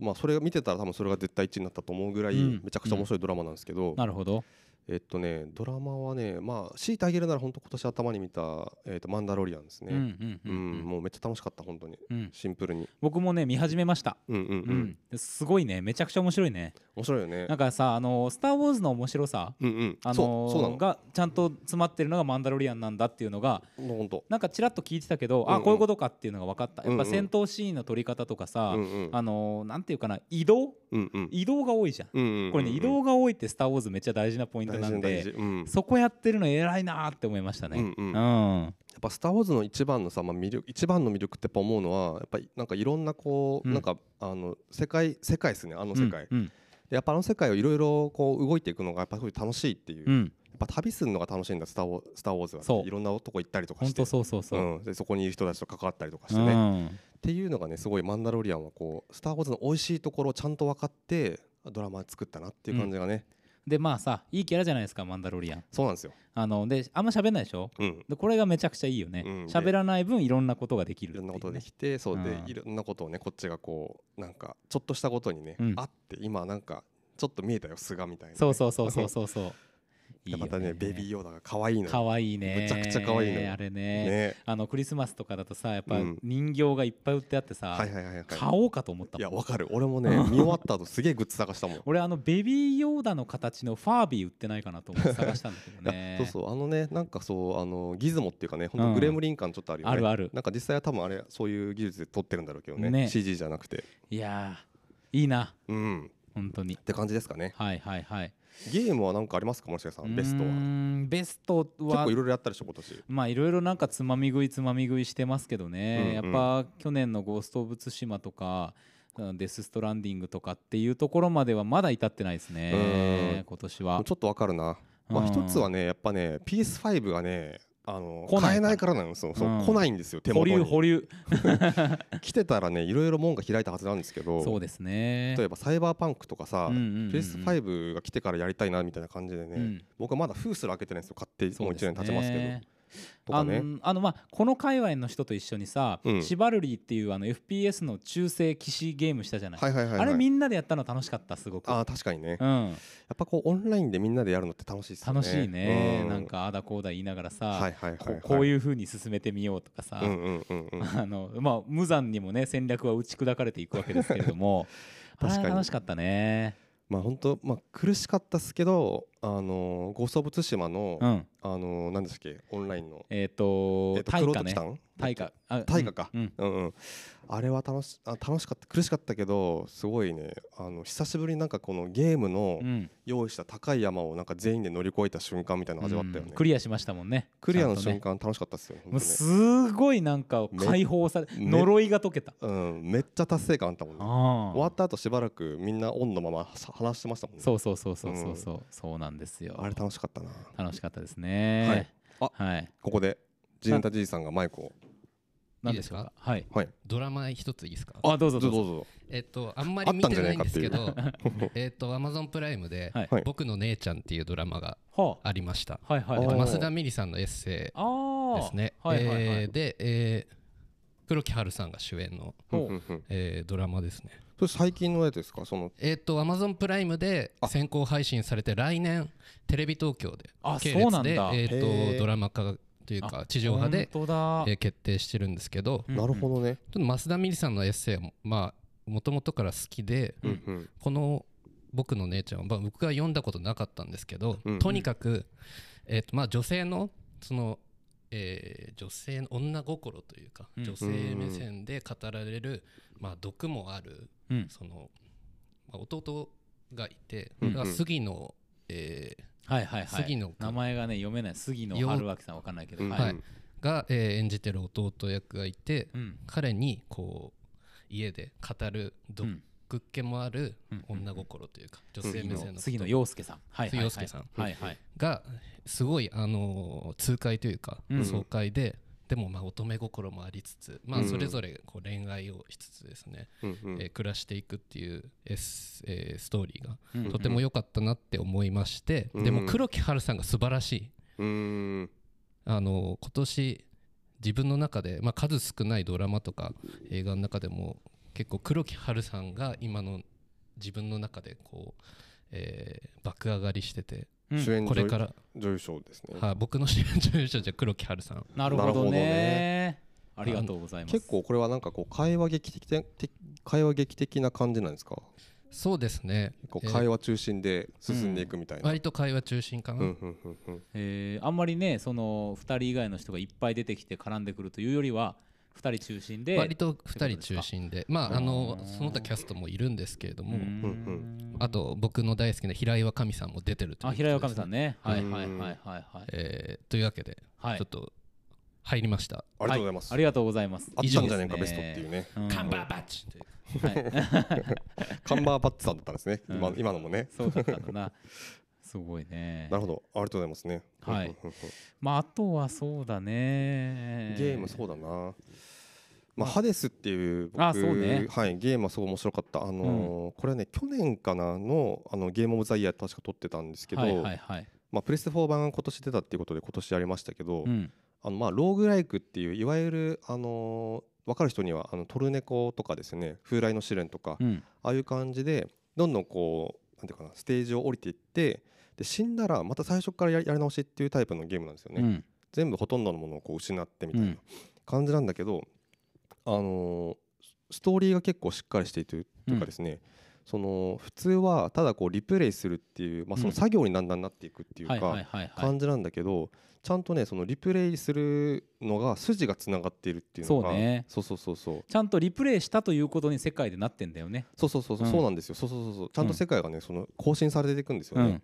まあ、それを見てたら多分それが絶対1になったと思うぐらいうんめちゃくちゃ面白いドラマなんですけど、なるほどえっとね、ドラマはね、まあ、強いてあげるなら本当今年頭に見た、えっとマンダロリアンでうすんね、ううんんうんうんもうめっちゃ楽しかった本当にうんシンプルに、僕もね見始めましたうんうんううんん、すごいねめちゃくちゃ面白いね面白いよねなんかさあの「スター・ウォーズ」の面白さうんうん、あそうそうなののがちゃんと詰まってるのが「マンダロリアン」なんだっていうのが本当なんかちらっと聞いてたけど、うんあうんこういうことかっていうのが分かったやっうんぱうん戦闘シーンの取り方とかさ、うんうんあのーなんていうかな移動うんうん移動が多いじゃん、うんうんうんこれね移動が多いって「スター・ウォーズ」めっちゃ大事なポイント大な事ん大で事うんそこやってるの偉いなーって思いましたねうんうんうやっんぱ「スター・ウォーズ」の一番のさ、まあ、魅力一番の魅力ってやっぱ思うのはやっぱりなんかいろんなこう、うんなんかあの世界世界ですねあの世界、でうんうんやっぱあの世界をいろいろこう動いていくのがやっぱすごい楽しいっていう、うやんっぱ旅するのが楽しいんだ「スター・ウォースターウォーズはね」そういろんなとこ行ったりとか本して当そうそうそう、うん、でそこにいる人たちと関わったりとかしうてね、っんていうのがねすごい「マンダロリアン」はこう「スター・ウォーズ」の美味しいところをちゃんと分かってドラマ作ったなっていう感じがね、でまあさいいキャラじゃないですかマンダロリアンそうなんですよ、あのであんま喋んないでしょうん、でこれがめちゃくちゃいいよねうん喋、らない分いろんなことができるっていろうんねなことができてそうでうんいろんなことをねこっちがこうなんかちょっとしたことにね、うんあって今なんかちょっと見えたよ菅みたいなね、そうそうそうそうそうそういいよねまたねベビーヨーダが可愛いのよ可愛いねむちゃくちゃ可愛いのよあれねねあのクリスマスとかだとさやっぱうん人形がいっぱい売ってあってさ、はいはいはいはい買おうかと思ったいやもんわかる俺 *laughs* もね見終わった後すげえグッズ探したもん俺あのベビーヨーダの形のファービー売ってないかなと思って探したんだけどねいや *laughs* そうそうあのねなんかそうあのギズモっていうかね本当グレムリン感ちょっとあるよね、あるあるなんか実際は多分あれそういう技術で撮ってるんだろうけどねね CG じゃなくていやーいいなうん本当にって感じですかねはいはいはいゲームは何かありますかもしかさんベストうーはんベスト結は構いろいろやったでしょ今年まあいろいろなんかつまみ食いつまみ食いしてますけどね、うんうんやっぱ去年の「ゴースト・オブ・ツシマ」とかうんデス・ストランディングとかっていうところまではまだ至ってないですうねん今年はちょっとわかるなまうあん一つはねやっぱね PS5 がねあの来ないから買えないからなのそうそううん来ないんですよ手保元留に保留来てたらねいろいろ門が開いたはずなんですけどそうですね例えばサイバーパンクとかさうんうんうんうん PS5 が来てからやりたいなみたいな感じでね、うん僕はまだ封すら開けてないんですよ買ってもそうう1ですね年経ちますけどとかねあのあのまあこの界隈の人と一緒にさ、うんシバルリーっていうあの FPS の中世騎士ゲームしたじゃない,、はいはいはい、はい、あれみんなでやったの楽しかったすごくあー確かにね、やうん、っぱこうオンラインでみんなでやるのって楽しいですよね楽しいね、うなんかああだこうだ言いながらさ、はいはいはい、こはうこうういう風に進めてみようとかさ、うんうんうんうん *laughs* あのまあ、無残にもね戦略は打ち砕かれていくわけですけれども *laughs* 確かにあれ楽しかったね。まあ本当まあ苦しかったっすけどあのーゴースト・オブ・ツシマの、うん、あのー何でしたっけオンラインのえっ、とえっと対クロ価ートねキタン対価あ対価かうんうんうんうん、あれは楽しあ楽しかった苦しかったけどすごいねあの久しぶりになんかこのゲームのうん用意した高い山をなんか全員で乗り越えた瞬間みたいなの味わったよね、うんクリアしましたもんねクリアのちゃんとね瞬間楽しかったっすよ、もう本当ねすごいなんかめ解放されめ呪いが解けたうん、めっちゃ達成感あったもんねあ終わった後しばらくみんなオンのままさ話してましたもんねそうそうそうそうそううんそうそうなんですよあれ楽しかったな楽しかったですねはいはいここでジーンタじいさんがマイクを何でしょうかはいはいドラマ一ついいですかあどうぞどうぞどうどぞうぞえっとあんまり見てないんですけあど *laughs* えっと Amazon プライムではいはい僕の姉ちゃんっていうドラマがはありましたあはいはいええっはといま増田美里さんのエッセああイですねはいはいはえいーでえー黒木華さんが主演のほううんうんうんえードラマですねそれ最近のやつですかそのえっと Amazon プライムであ先行配信されて来年テレビ東京であ系そうなん列でだえへっーとドラマ化というか地上波本で当だえー決定してるんですけどうんなるほどねちょっと増田美里さんのエッセイもまあもともとから好きでううんんうんこの僕の姉ちゃんは、まあ、僕が読んだことなかったんですけど、うんとにかく、えーとまあ、女性のその、えー女性の女心というか、うん女性目線で語られる、まあ、毒もあるうんその、まあ、弟がいて、うんだから杉野、えーはいはいはい杉野君名前がね読めない杉野よ春明さんわかんないけうどんははいいが、えー演じてる弟役がいて、うん彼にこう家で語るう毒んっ気もあるうん女心というか、女性杉目線野のこと杉野陽介さんはいはいはい杉野陽介さんはいはいがすごいあの痛快というか、うん爽快ででもまあ乙女心もありつつ、まうあ、んそれぞれこう恋愛をしつつですね、うんうんえー暮らしていくっていうエス、えーストーリーがうんとても良かったなって思いまして、でうんも黒木華さんが素晴らしいうんあの今年自分の中で、まあ、数少ないドラマとか映画の中でも結構黒木華さんが今の自分の中でこう、えー爆上がりしててうん主演こ女れ優から女優賞ですねはい、僕の主演女優賞じゃ黒木華さん。なるなほるほどどねね。ありがとうございます。結構これはなんかこう会話劇的なて会話劇的な感じなんですかそうですね。結構えー会話中心で進んでいくみたいな割と会話中心かうな。んうんうんうんえーあんまりね、その二人以外の人がいっぱい出てきて絡んでくるというよりは、二人中心で。割と2人中心で、まあ、あのうんその他キャストもいるんですけれどうんうも、んあと僕の大好きな平岩神さんも出てるというあ、平岡さんね。ね。はいうんはいはいはいはい。えーというわけで、はいちょっと入りました。ありがとうございますありがとうございます。あっ以た上でんじゃすねねえかベストっていうねうんカンバーバッチというはい *laughs* カンバーバッツさんだったんですねうん今今のもねそうだったんだな。すごいねな。るほどありがとうございますねはいうんうんまああとはそうだうねん。ゲームそうだなままああハデスっていう僕あそうねはいゲームはすごい面白かったあのーこれはね去年かなのあのゲームオブザイヤー確か撮ってたんですけどはいはいはい。まあプレステ4版が今年出たっていうことで今年やりましたけどうん。あのまあローグライクっていういわゆるあの分かる人にはあのトルネコとかですね風来の試練とかうん。ああいう感じでどんどんこうなんていうかなステージを降りていってで死んだらまた最初からやりやり直しっていうタイプのゲームなんですよね、うん全部ほとんどのものをこう失ってみたいうなん感じなんだけど、あのーストーリーが結構しっかりしているというかですね、その普通はただこうリプレイするっていう、まあ、その作業にだんだんなっていくっていうはいはいかはいはい感じなんだけどちゃんとねそのリプレイするのが筋がつながっているっていうのがそうねそうそうそうそうちゃんとリプレイしたということに世界でなってんだよね。そうそうそうそううんそうなんですよ、そうそうそうそうちゃんと世界がねその更新されていくんですようね、ん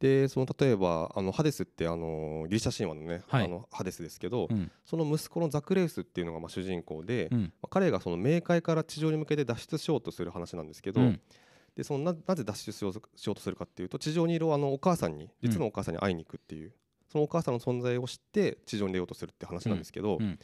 でその例えばあのハデスってあのギリシャ神話のね、はいあのハデスですけど、うんその息子のザクレウスっていうのがまあ主人公で、うんまあ彼がその冥界から地上に向けて脱出しようとする話なんですけど、うんでそのななぜ脱出しようしようとするかっていうと地上にいるあのお母さんに実のお母さんに会いに行くっていう、そのお母さんの存在を知って地上に出ようとするって話なんですけど、うんうん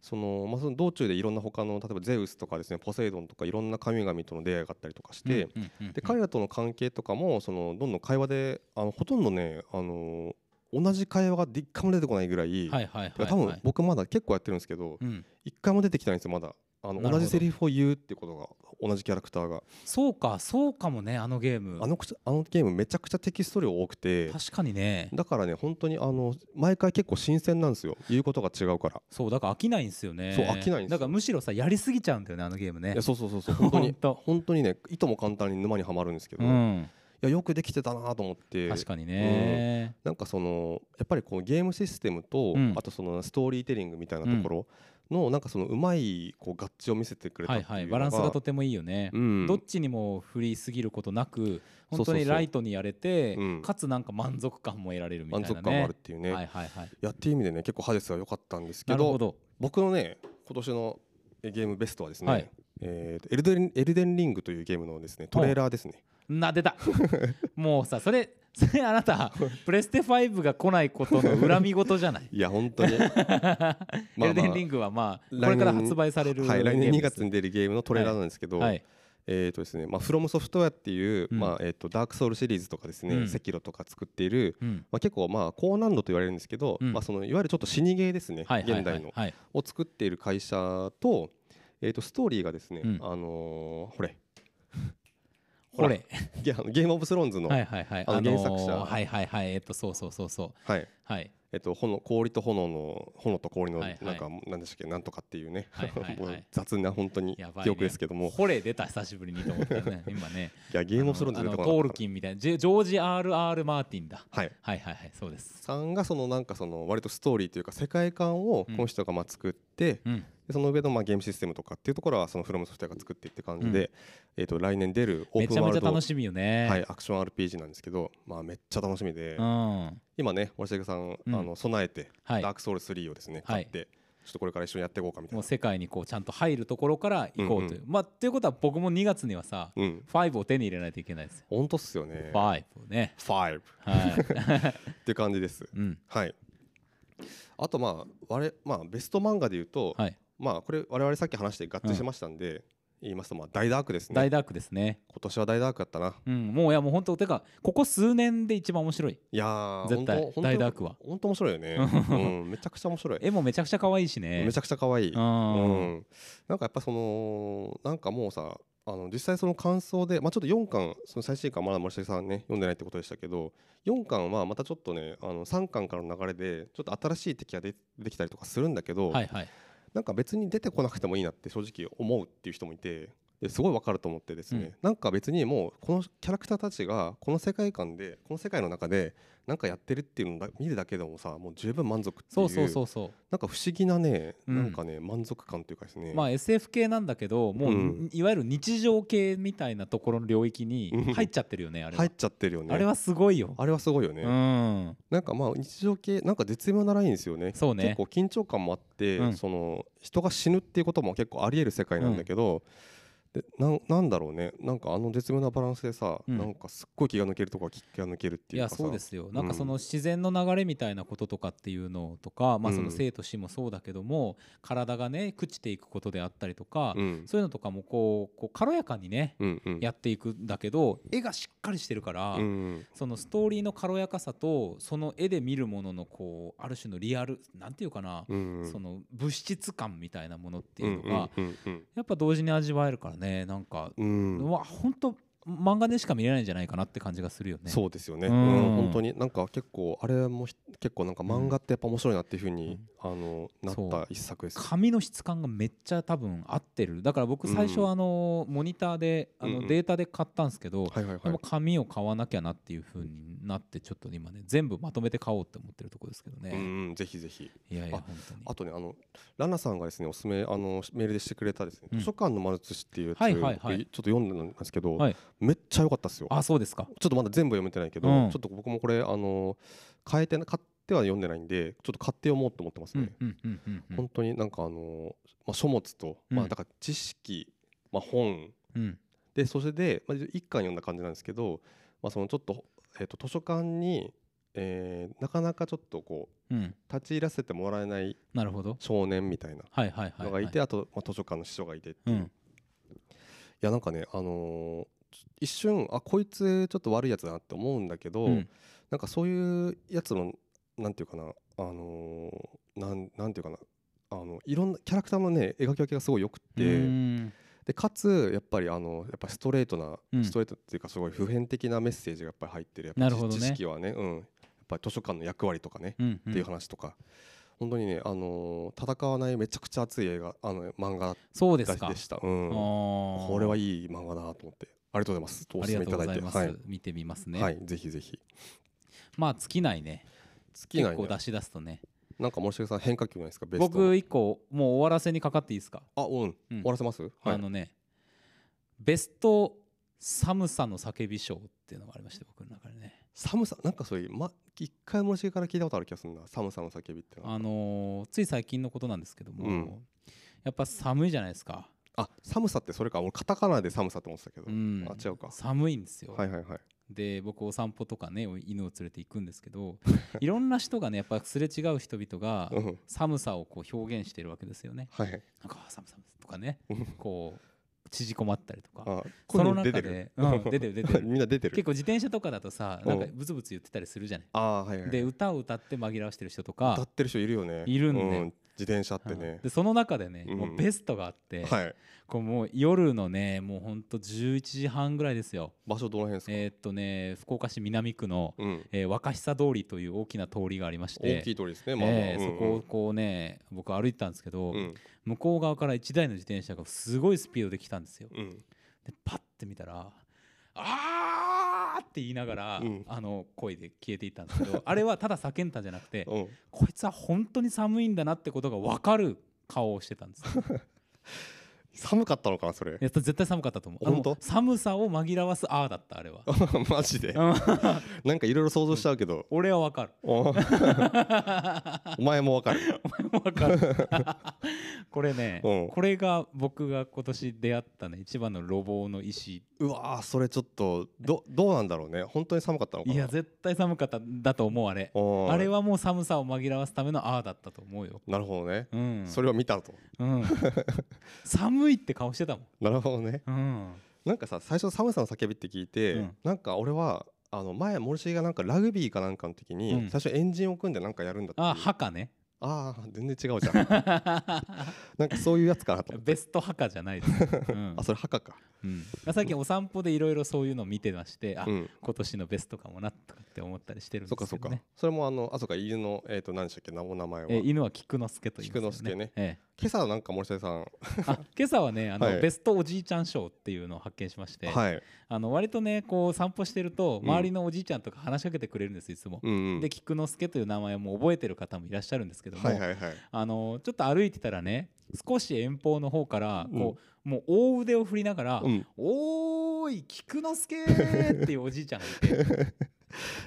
そのまあ、その道中でいろんな他の例えばゼウスとかですねポセイドンとかいろんな神々との出会いがあったりとかして、うんうんうんで彼らとの関係とかもそのどんどん会話であのほとんどねあの同じ会話が一回も出てこないぐらい、はいはいはいはい、多分僕まだ結構やってるんですけどうん一回も出てきてないんですよまだあなるのほど同じセリフを言うってことが同じキャラクターがそうかそうかもねあのゲームあのくちあのゲームめちゃくちゃテキスト量多くて確かにねだからね本当にあの毎回結構新鮮なんですよ言うことが違うから、そうだから飽きないんですよねそう飽きないんですよだからむしろさやりすぎちゃうんだよねあのゲームねいやそうそうそうそう本当 *laughs* ほんにと本当にねいとも簡単に沼にはまるんですけど、ういんやよくできてたなと思って確かにね、なんかそのやっぱりこうゲームシステムと、うんあとそのストーリーテリングみたいなところの、なんかそのうまいこう合致を見せてくれたっはていいうのはいバが、ランスがとてもいいよね、うんどっちにも振りすぎることなくそ本うそ当うそうにライトにやれてうんかつなんか満足感も得られるみたいな、満ね、足感もあるっていうね、はいはいはいやっていう意味でね結構ハデスは良かったんですけなどるほど僕のね今年のえゲームベストはですね、はいえーとエルデンエルデンリングというゲームのですねトレーラーですねな出たもうさそれそれあなたプレステ5が来ないことの恨み事じゃないいや *laughs* 本当に *laughs* まあエルデンリングはまあこれから発売されるはい、来年ゲーム2です月に出るゲームのトレーラーなんですけど、はいえーとですねまあ、フロムソフトウェアっていう、うんまあえー、とダークソウルシリーズとかですね、うんセキロとか作っている、うんまあ、結構まあ高難度と言われるんですけど、うんまあ、そのいわゆるちょっと死にゲーですね、はいはいはい現代のはいを作っている会社と,、えー、とストーリーがですね、うんあのーほれこれゲあのゲームオブスローンズの、はいはいはいあの原作者ーはいはいはいえっとそうそうそうそうはいはいえっと、炎氷と炎の炎と氷のはいはいなんかなんでしたっけなんとかっていうねはいはいはい *laughs* もう雑な本当にやばい、ね、記憶ですけどもこれ出た久しぶりにと思ったよね *laughs* 今ねいやゲームオブスローンズあ出のてあのこなかったトールキンみたいなジェジョージ・ R.R. マーティンだはいはいはいはいそうですさんがそのなんかその割とストーリーというか世界観をこの人がまあ作って、でうんその上のまあゲームシステムとかっていうところはそのフロムソフトウェアが作っていって感じで、えっと来年出るオめープちゃンめワーちゃルド楽しみよね、はい、アクション RPG なんですけど、まあ、めっちゃ楽しみで、うん今ね森重さん、うんあの備えて、はいダークソウル3をですねは買いって、ちょっとこれから一緒にやっていこうかみたいもうな。世界にこうちゃんと入るところから行こうという、うまあということは僕も2月にはさ、うん、 5を手に入れないといけないですよ、本当っすよね。 5をね5っ *laughs* はい、ていう感じです。うんはい。あとまあ我々まあベスト漫画で言うと、はい、まあこれ我々さっき話して合致しましたんで、言いますとまあ大ダークですね。大今ダークですね年は大ダークだったな。うん、もういやもう本当てかここ数年で一番面白いいやー絶対ほんと大ダークは本当面白いよね。うんめちゃくちゃ *laughs* 面白い。絵もめちゃくちゃ可愛いしねめちゃくちゃ可愛い。ううんん。なんかやっぱそのなんかもうさ。あの実際その感想で、まあ、ちょっと4巻その最新巻まだ森重さんね読んでないってことでしたけど4巻はまたちょっとねあの3巻からの流れでちょっと新しい敵が出出てきたりとかするんだけど、はいはいなんか別に出てこなくてもいいなって正直思うっていう人もいてですごいわかると思ってですね、うんなんか別にもうこのキャラクターたちがこの世界観でこの世界の中でなんかやってるっていうのだ見るだけでもさもう十分満足っていそううそうそうそうなんか不思議なね、うんなんかね満足感というかですね、まあ SF 系なんだけどもう、うんいわゆる日常系みたいなところの領域うにん入っちゃってるよねあれは、入っちゃってるよねあれはすごいよ、あれはすごいよね、うんなんかまあ日常系なんか絶妙なラインですよねそうね結構緊張感もあって、うんその人が死ぬっていうことも結構ありえる世界なんだけど、でなんなんだろうねなんかあの絶妙なバランスでさ、うんなんかすっごい気が抜けるとか気が抜けるっていいうやかさそうですよなんうかんその自然の流れみたいなこととかっていうのとか、まあ、うんその生と死もそうだけども体がね朽ちていくことであったりとか、うんそういうのとかもこうこう軽やかにね、うんうんやっていくんだけど絵がしっかりしてるから、うんそのストーリーの軽やかさとその絵で見るもののこうある種のリアルなんていうかな、うんうんその物質感みたいなものっていうのが、うんうんうんやっぱ同時に味わえるからねなんか、うんうわ本当漫画でしか見れないんじゃないかなって感じがするよね。そうですよね、ううんん本当になんか結構あれもひ結構なんか漫画ってやっぱ面白いなっていうふうに、あのなっそうた一作です紙の質感がめっちゃ多分合ってるだから僕最初うんあのモニターであうんうのんデータで買ったんですけどはいはでいはもい紙を買わなきゃなっていう風になってちょっと今ね全部まとめて買おうって思ってるところですけどうんねうんぜひぜひいやいやあ本当にあとねあのラナさんがですねおすすめあのメールでしてくれたですね、うん図書館の丸写しっていうやつ、はいはいはい僕ちょっと読んだんですけど、はいめっちゃ良かったですよあそうですかちょっとまだ全部読めてないけど、うんちょっと僕もこれあの変えてな買っては読んでないんでちょっと買って読もうと思ってますうねん、うんうんうんうん本当になんかあの、まあ、書物と、うんまあだから知識、まあ、本うんでそれで、まあ、一巻読んだ感じなんですけど、まあ、そのちょっと,、えー、と図書館に、えーなかなかちょっとこううん立ち入らせてもらえないなるほど少年みたいなはいはいはいのはがいいて、あと、まあ、図書館の師匠がいてってういう、んいやなんかね、あのーち一瞬あこいつちょっと悪いやつだなって思うんだけど、うんなんかそういうやつのなんていうかなあのーなんなんていうかなあのいろんなキャラクターのね描き分けがすごいよくって、うんでかつやっぱりあのやっぱストレートな、うんストレートっていうかすごい普遍的なメッセージがやっぱり入ってるやっぱなるほどね知識はね、うん、やっぱり図書館の役割とかね、うんうっていうん話とか本当にね、あのー戦わないめちゃくちゃ熱い映画あの漫画そうでだすしかでした、うん、ここれはいい漫画だなと思ってありがとうございますおあ勧りめがというたございだいてます、はい、見てみますね、はい、ぜひぜひまあ尽きないね好きな結ん構や出し出すとねなんか森重さん変化球ないですかベスト僕一個もう終わらせにかかっていいですかあうん、うん終わらせますはいあのねベスト寒さの叫び賞っていうのがありまして僕の中でね寒さなんかそれ、ま、一回森重から聞いたことある気がするな寒さの叫びってのはあのーつい最近のことなんですけども、うんやっぱ寒いじゃないですか、あ寒さってそれか俺カタカナで寒さって思ってたけど、うんあ違うか寒いんですよ、はいはいはいで僕お散歩とかね犬を連れて行くんですけ *laughs* どいろんな人がねやっぱすれ違う人々がうん寒さをこう表現してるわけですよねはいなんかあ寒さとかねうんこう縮こまったりとかあその中声にで出てるうん、出てる出てる *laughs* みんな出てる結構自転車とかだとさうんなんかブツブツ言ってたりするじゃないあーはいはいで歌を歌って紛らわしてる人とか歌ってる人いるよねいるんでうん自転車ってうんねでその中でね、うんもうベストがあって、はいこうもう夜のねもうほんと11時半ぐらいですよ場所どの辺ですか、えーっとね福岡市南区の、うんえー若久通りという大きな通りがありまして大きい通りですねまあまあ、えーうんそこをこうね僕歩いてたんですけど、うん向こう側から1台の自転車がすごいスピードで来たんですようんでパッて見たら「あー!」って言いながら、うんあの声で消えていったんですけ *laughs* どあれはただ叫んだんじゃなくてうんうんこいつは本当に寒いんだなってことが分かる顔をしてたん *laughs* ですよ寒かったのかなそれいや絶対寒かったと思う本当あの寒さを紛らわすあーだったあれは *laughs* マジでうんなんかいろいろ想像しちゃうけ *laughs* ど、俺は分 *laughs* かるお *laughs* お前もわかる分かる *laughs* これねうんこれが僕が今年出会ったね一番の路傍の石うわーそれちょっとどどうなんだろうね本当に寒かったのかないや絶対寒かったんだと思うあれおーあれはもう寒さを紛らわすためのあーだったと思うよなるほどね、うんそれを見たとうん寒いって顔してたもんなるほどねうんなんかさ最初「寒さの叫び」って聞いて、うんなんか俺はあの前森重がなんかラグビーかなんかの時に、うん最初エンジンを組んでなんかやるんだっていうあ墓ね *laughs* あー全然違うじゃん *laughs* なんかそういうやつかなと思ってベスト墓じゃないです、 *laughs* うんあそれ墓か、うん、最近お散歩でいろいろそういうのを見てましてあ、うん今年のベストかもなとかって思ったりしてるんそでっかすそけっか、どねそれもあのあそうか犬のえっ、と何でしたっけ名お名前は、えー犬は菊之助と言いますよね菊之助ねえ今朝なんか森重さん、えあ今朝はねあの、はいベストおじいちゃん賞っていうのを発見しまして、はい、あの割とねこう散歩してるとうん周りのおじいちゃんとか話しかけてくれるんですいつも、うんうん、で菊之助という名前をもう覚えてる方もいらっしゃるんですけども、はいはいはいあのちょっと歩いてたらね少し遠方の方からうんこう、もう大腕を振りながら「うんおーい菊之助!」っていうおじいちゃんが *laughs* いて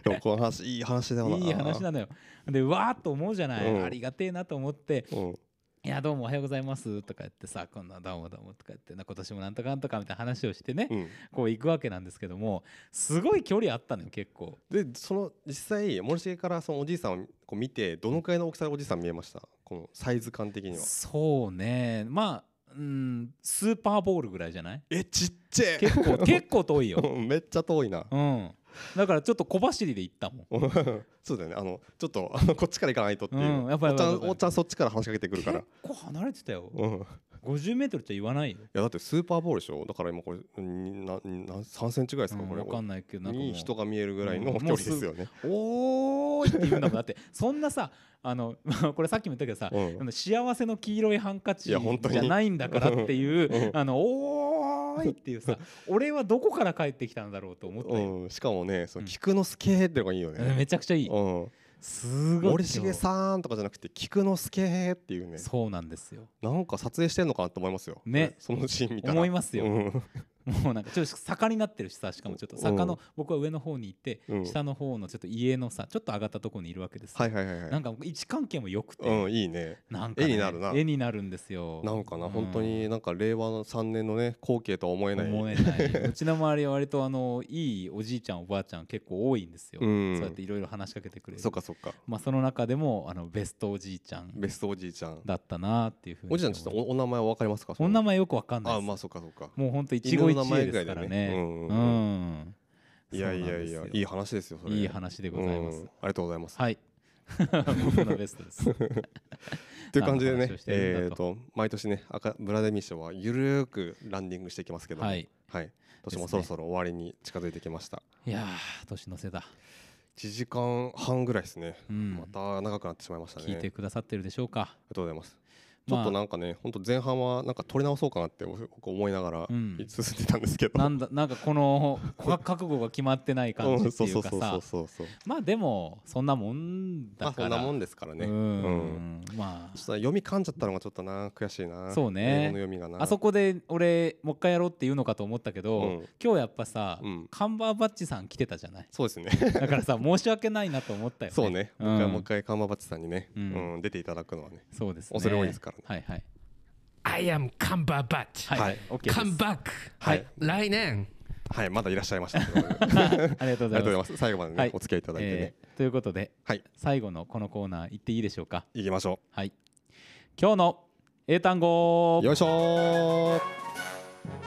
でもこの話いい話だよないい話なのよ。でうわーっと思うじゃない、うんありがてえなと思ってうん「いやどうもおはようございます」とか言ってさ「こんなどうもどうも」とか言ってな今年もなんとかなんとかみたいな話をしてね、うん、こう行くわけなんですけどもすごい距離あったのよ結構。でその実際森重からそのおじいさんをこう見てどのくらいの大きさのおじいさん見えましたこのサイズ感的にはそうねまあうんスーパーボールぐらいじゃないえちっちゃい結構結構遠いよ。うんめっちゃ遠い *laughs* な、うん、だからちょっと小走りで行 *laughs* ったもん。そうだ *laughs* よねあのちょっとあのこっちから行かないとっていう、うんやっぱりおっちゃやっぱんり *laughs* おっちゃんそっちから話しかけてくるから結構離れてたよ。うん50メートルって言わないよ、やだってスーパーボールでしょだから今これになな3センチぐらいでうすか、ん、こ分かんれないけどなんかもうに人が見えるぐらいのうん距離ですよね、おーいって言うんだもんだって *laughs* そんなさあの *laughs* これさっきも言ったけどさ、うんあの幸せの黄色いハンカチいじや本当にゃないんだからっていう、うんあのおーいっていう *laughs* さ俺はどこから帰ってきたんだろうと思ったよ、うん、しかもねそうのん菊之助ってのがいいうよんめね、ちゃくちゃいい、うんすごい森重さんとかじゃなくて菊之助っていうねそうなんですよなんか撮影してんのかなと思いますよねそのシーン見たら思いますよ、うんもうなんかちょっと坂になってるしさしかもちょっと坂の、うん僕は上の方に行って、うん下の方のちょっと家のさちょっと上がったところにいるわけですよ、はいはいはないはんか僕位置関係も良くて、いうんいいねなんかね、絵になるな絵になるんですよなんかなうん本当になんか令和の3年のね光景とは思えない思え *laughs* ないうちの周りは割とあのいいおじいちゃんおばあちゃん結構多いんですよ、うそうやっんていろいろ話しかけてくれるそっかそっかまあ、その中でもあのベストおじいちゃんベストおじいちゃんだったなっていうふうにおじいちゃんちょっとおお名前は分かりますかお名前よくわかんないあですまあそっかそっかもうほんと一期一会ですからね犬の名前ぐらいだねううんうんうんんいやいやいそうなやんですいよい話ですよそれいい話でございます、うんありがとうございますはい *laughs* 僕のベスト *laughs* ですという感じで何の話ねをしてるんだえっと毎年ね赤ブラデミー賞はゆるーくランディングしていきますけどもははいい今年もそろそろ終わりに近づいてきましたいやー年の瀬だ、 1時間半ぐらいですねうんまた長くなってしまいましたね聞いてくださってるでしょうかありがとうございます。ちまあょっとなんかね、本当前半はなんか取り直そうかなって僕思いながらうん進んでたんですけど、なんだなんかこの *laughs* こ覚悟が決まってない感じっうんてそういそううかそうそさうそうそう。まあでもそんなもんまだあかそらんなもんですからね。ううん。んまちょっと読み噛んじゃったのがちょっとな悔しいな。そうね英語の読みがな。ああそこで俺もう一回やろうって言うのかと思ったけど、うん今日やっぱさ、うんカンバーバッチさん来てたじゃないそ *laughs* うですね。だからさ申し訳ないなと思ったよねそうね。うんもう一回もう一回カンバーバッチさんにね、ううんん出ていただくのはね。そうですね恐れ多いですからねはいはい I am Cumberbatch、はいははいい OK です Come back、はい来年はい、まだいらっしゃい *laughs* ましたけど。ありがありがとうござというございまます。最後まではいねお付き合いいたすだいてねえ。ーということではい、最後のこのコーナー行っていいでしょうか行きましょはい今日の英単語う。よいしょー。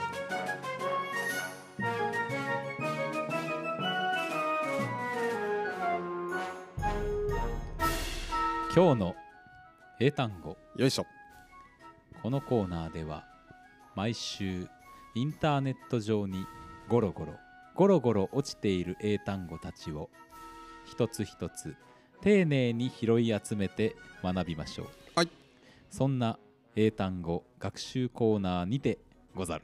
今日の英単語よいしょ。このコーナーでは毎週インターネット上にゴロゴロゴロゴロ落ちている英単語たちを一つ一つ丁寧に拾い集めて学びましょう、はい *laughs* そんな英単語学習コーナーにてござる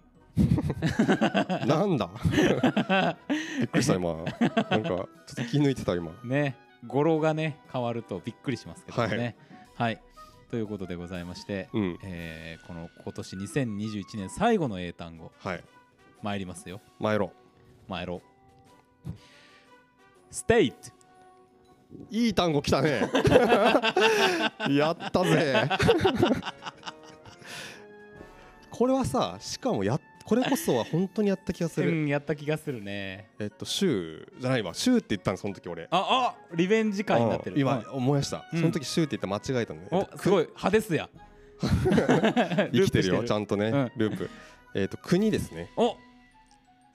な *laughs* んだびっくりした今なんかちょっと気抜いてた今ね語呂がね変わるとびっくりしますけどねはい、ということでございまして、うんえーこの今年2021年最後の英単語はい参りますよ参ろ参ろう。ステイト、ういい単語来 *laughs* たねやったぜこれはさしかもやこれこそは本当にやった気がすうる、ん、やった気がするね。えっと週じゃないわ週って言ったのその時俺ああリベンジ会になってる。うん今思い出した、うんその時週って言った間違えたんだうんよおすごい派手すや。 *laughs* 生きてるよループちゃんとね、うんループえっと国ですねお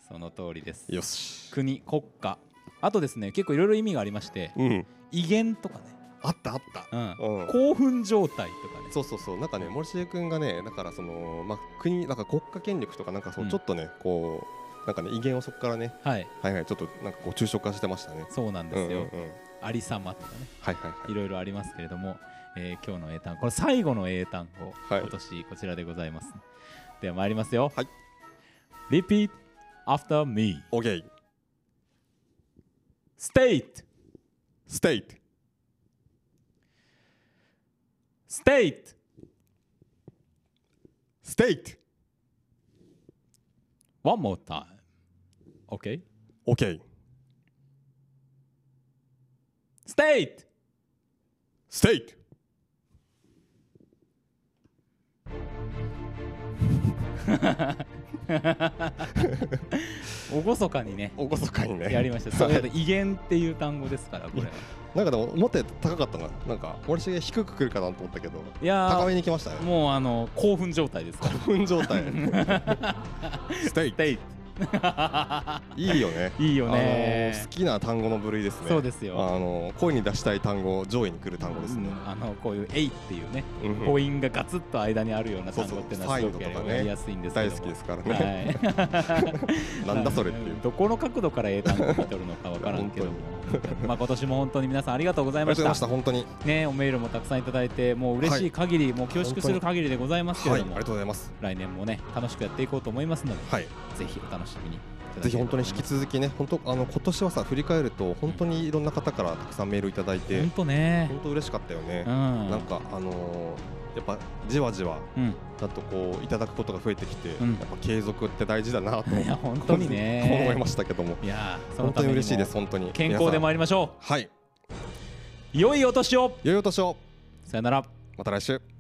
その通りです。よし国、国家。あとですね、結構いろいろ意味がありまして、うん威厳とかね、あったあったうんうん興奮状態とかね。そうそうそうなんかね森重君がねだからそのまあ国なんか国家権力とかなんかそううんちょっとね、こうなんかね威厳をそこからねはい、はいはいちょっとなんかこう抽象化してましたね。そうなんですよ。うんうんうんありさまとかね、はいはいいろいろありますけれども、えー今日の英単語、これ最後の英単語、はい今年こちらでございます。では参りますよ。はい。 Repeat after me. オーケー state ステイト state ステイト one more time okay オーケー state ステイト厳かにねおごそかにねやりましたそうだって威厳っていう単語ですからこれはなんかでも思ったより高かったななんか森重低くくるかなと思ったけどいやー高めに来ましたね *laughs* もうあの興奮状態ですから興奮状態ステイト state いいよねいいよあのね好きな単語の部類ですねそうですよあの声に出したい単語上位に来る単語ですね、うんあのこういう「えい」っていうねうん母音がガツッと間にあるような単語っていうのはすそうそごうくサインとかねやりやすいんですけど大も好きですからはね、いなんだそれっていう *laughs* どこの角度から英単語を見とるのかわからんけどもまあ今年も本当に皆さんありがとうござあいりがとうまござしいたました本当にねおメールもたくさんいただいてもう嬉しい限り、もう恐縮する限りでございますけはれいあどりも、がとうございます来年もね楽しくやっていこうと思いますのではいぜひお楽しみにいただぜけれひ本ばと思い当にます引き続きね本当あの今年はさ振り返ると本当にいろんな方からたくさんメールいただいて、本当ね本当嬉しかったよねう、んなんかあのーやっぱじわじわうんちゃんとこういただくことが増えてきて、んやっぱ継続って大事だなといや本当にね *laughs* 思いましたけどもいやーその本ため当ににも嬉しいです本当に健康で皆さん参りましょはいう良いお年を良いお年をさよならまた来週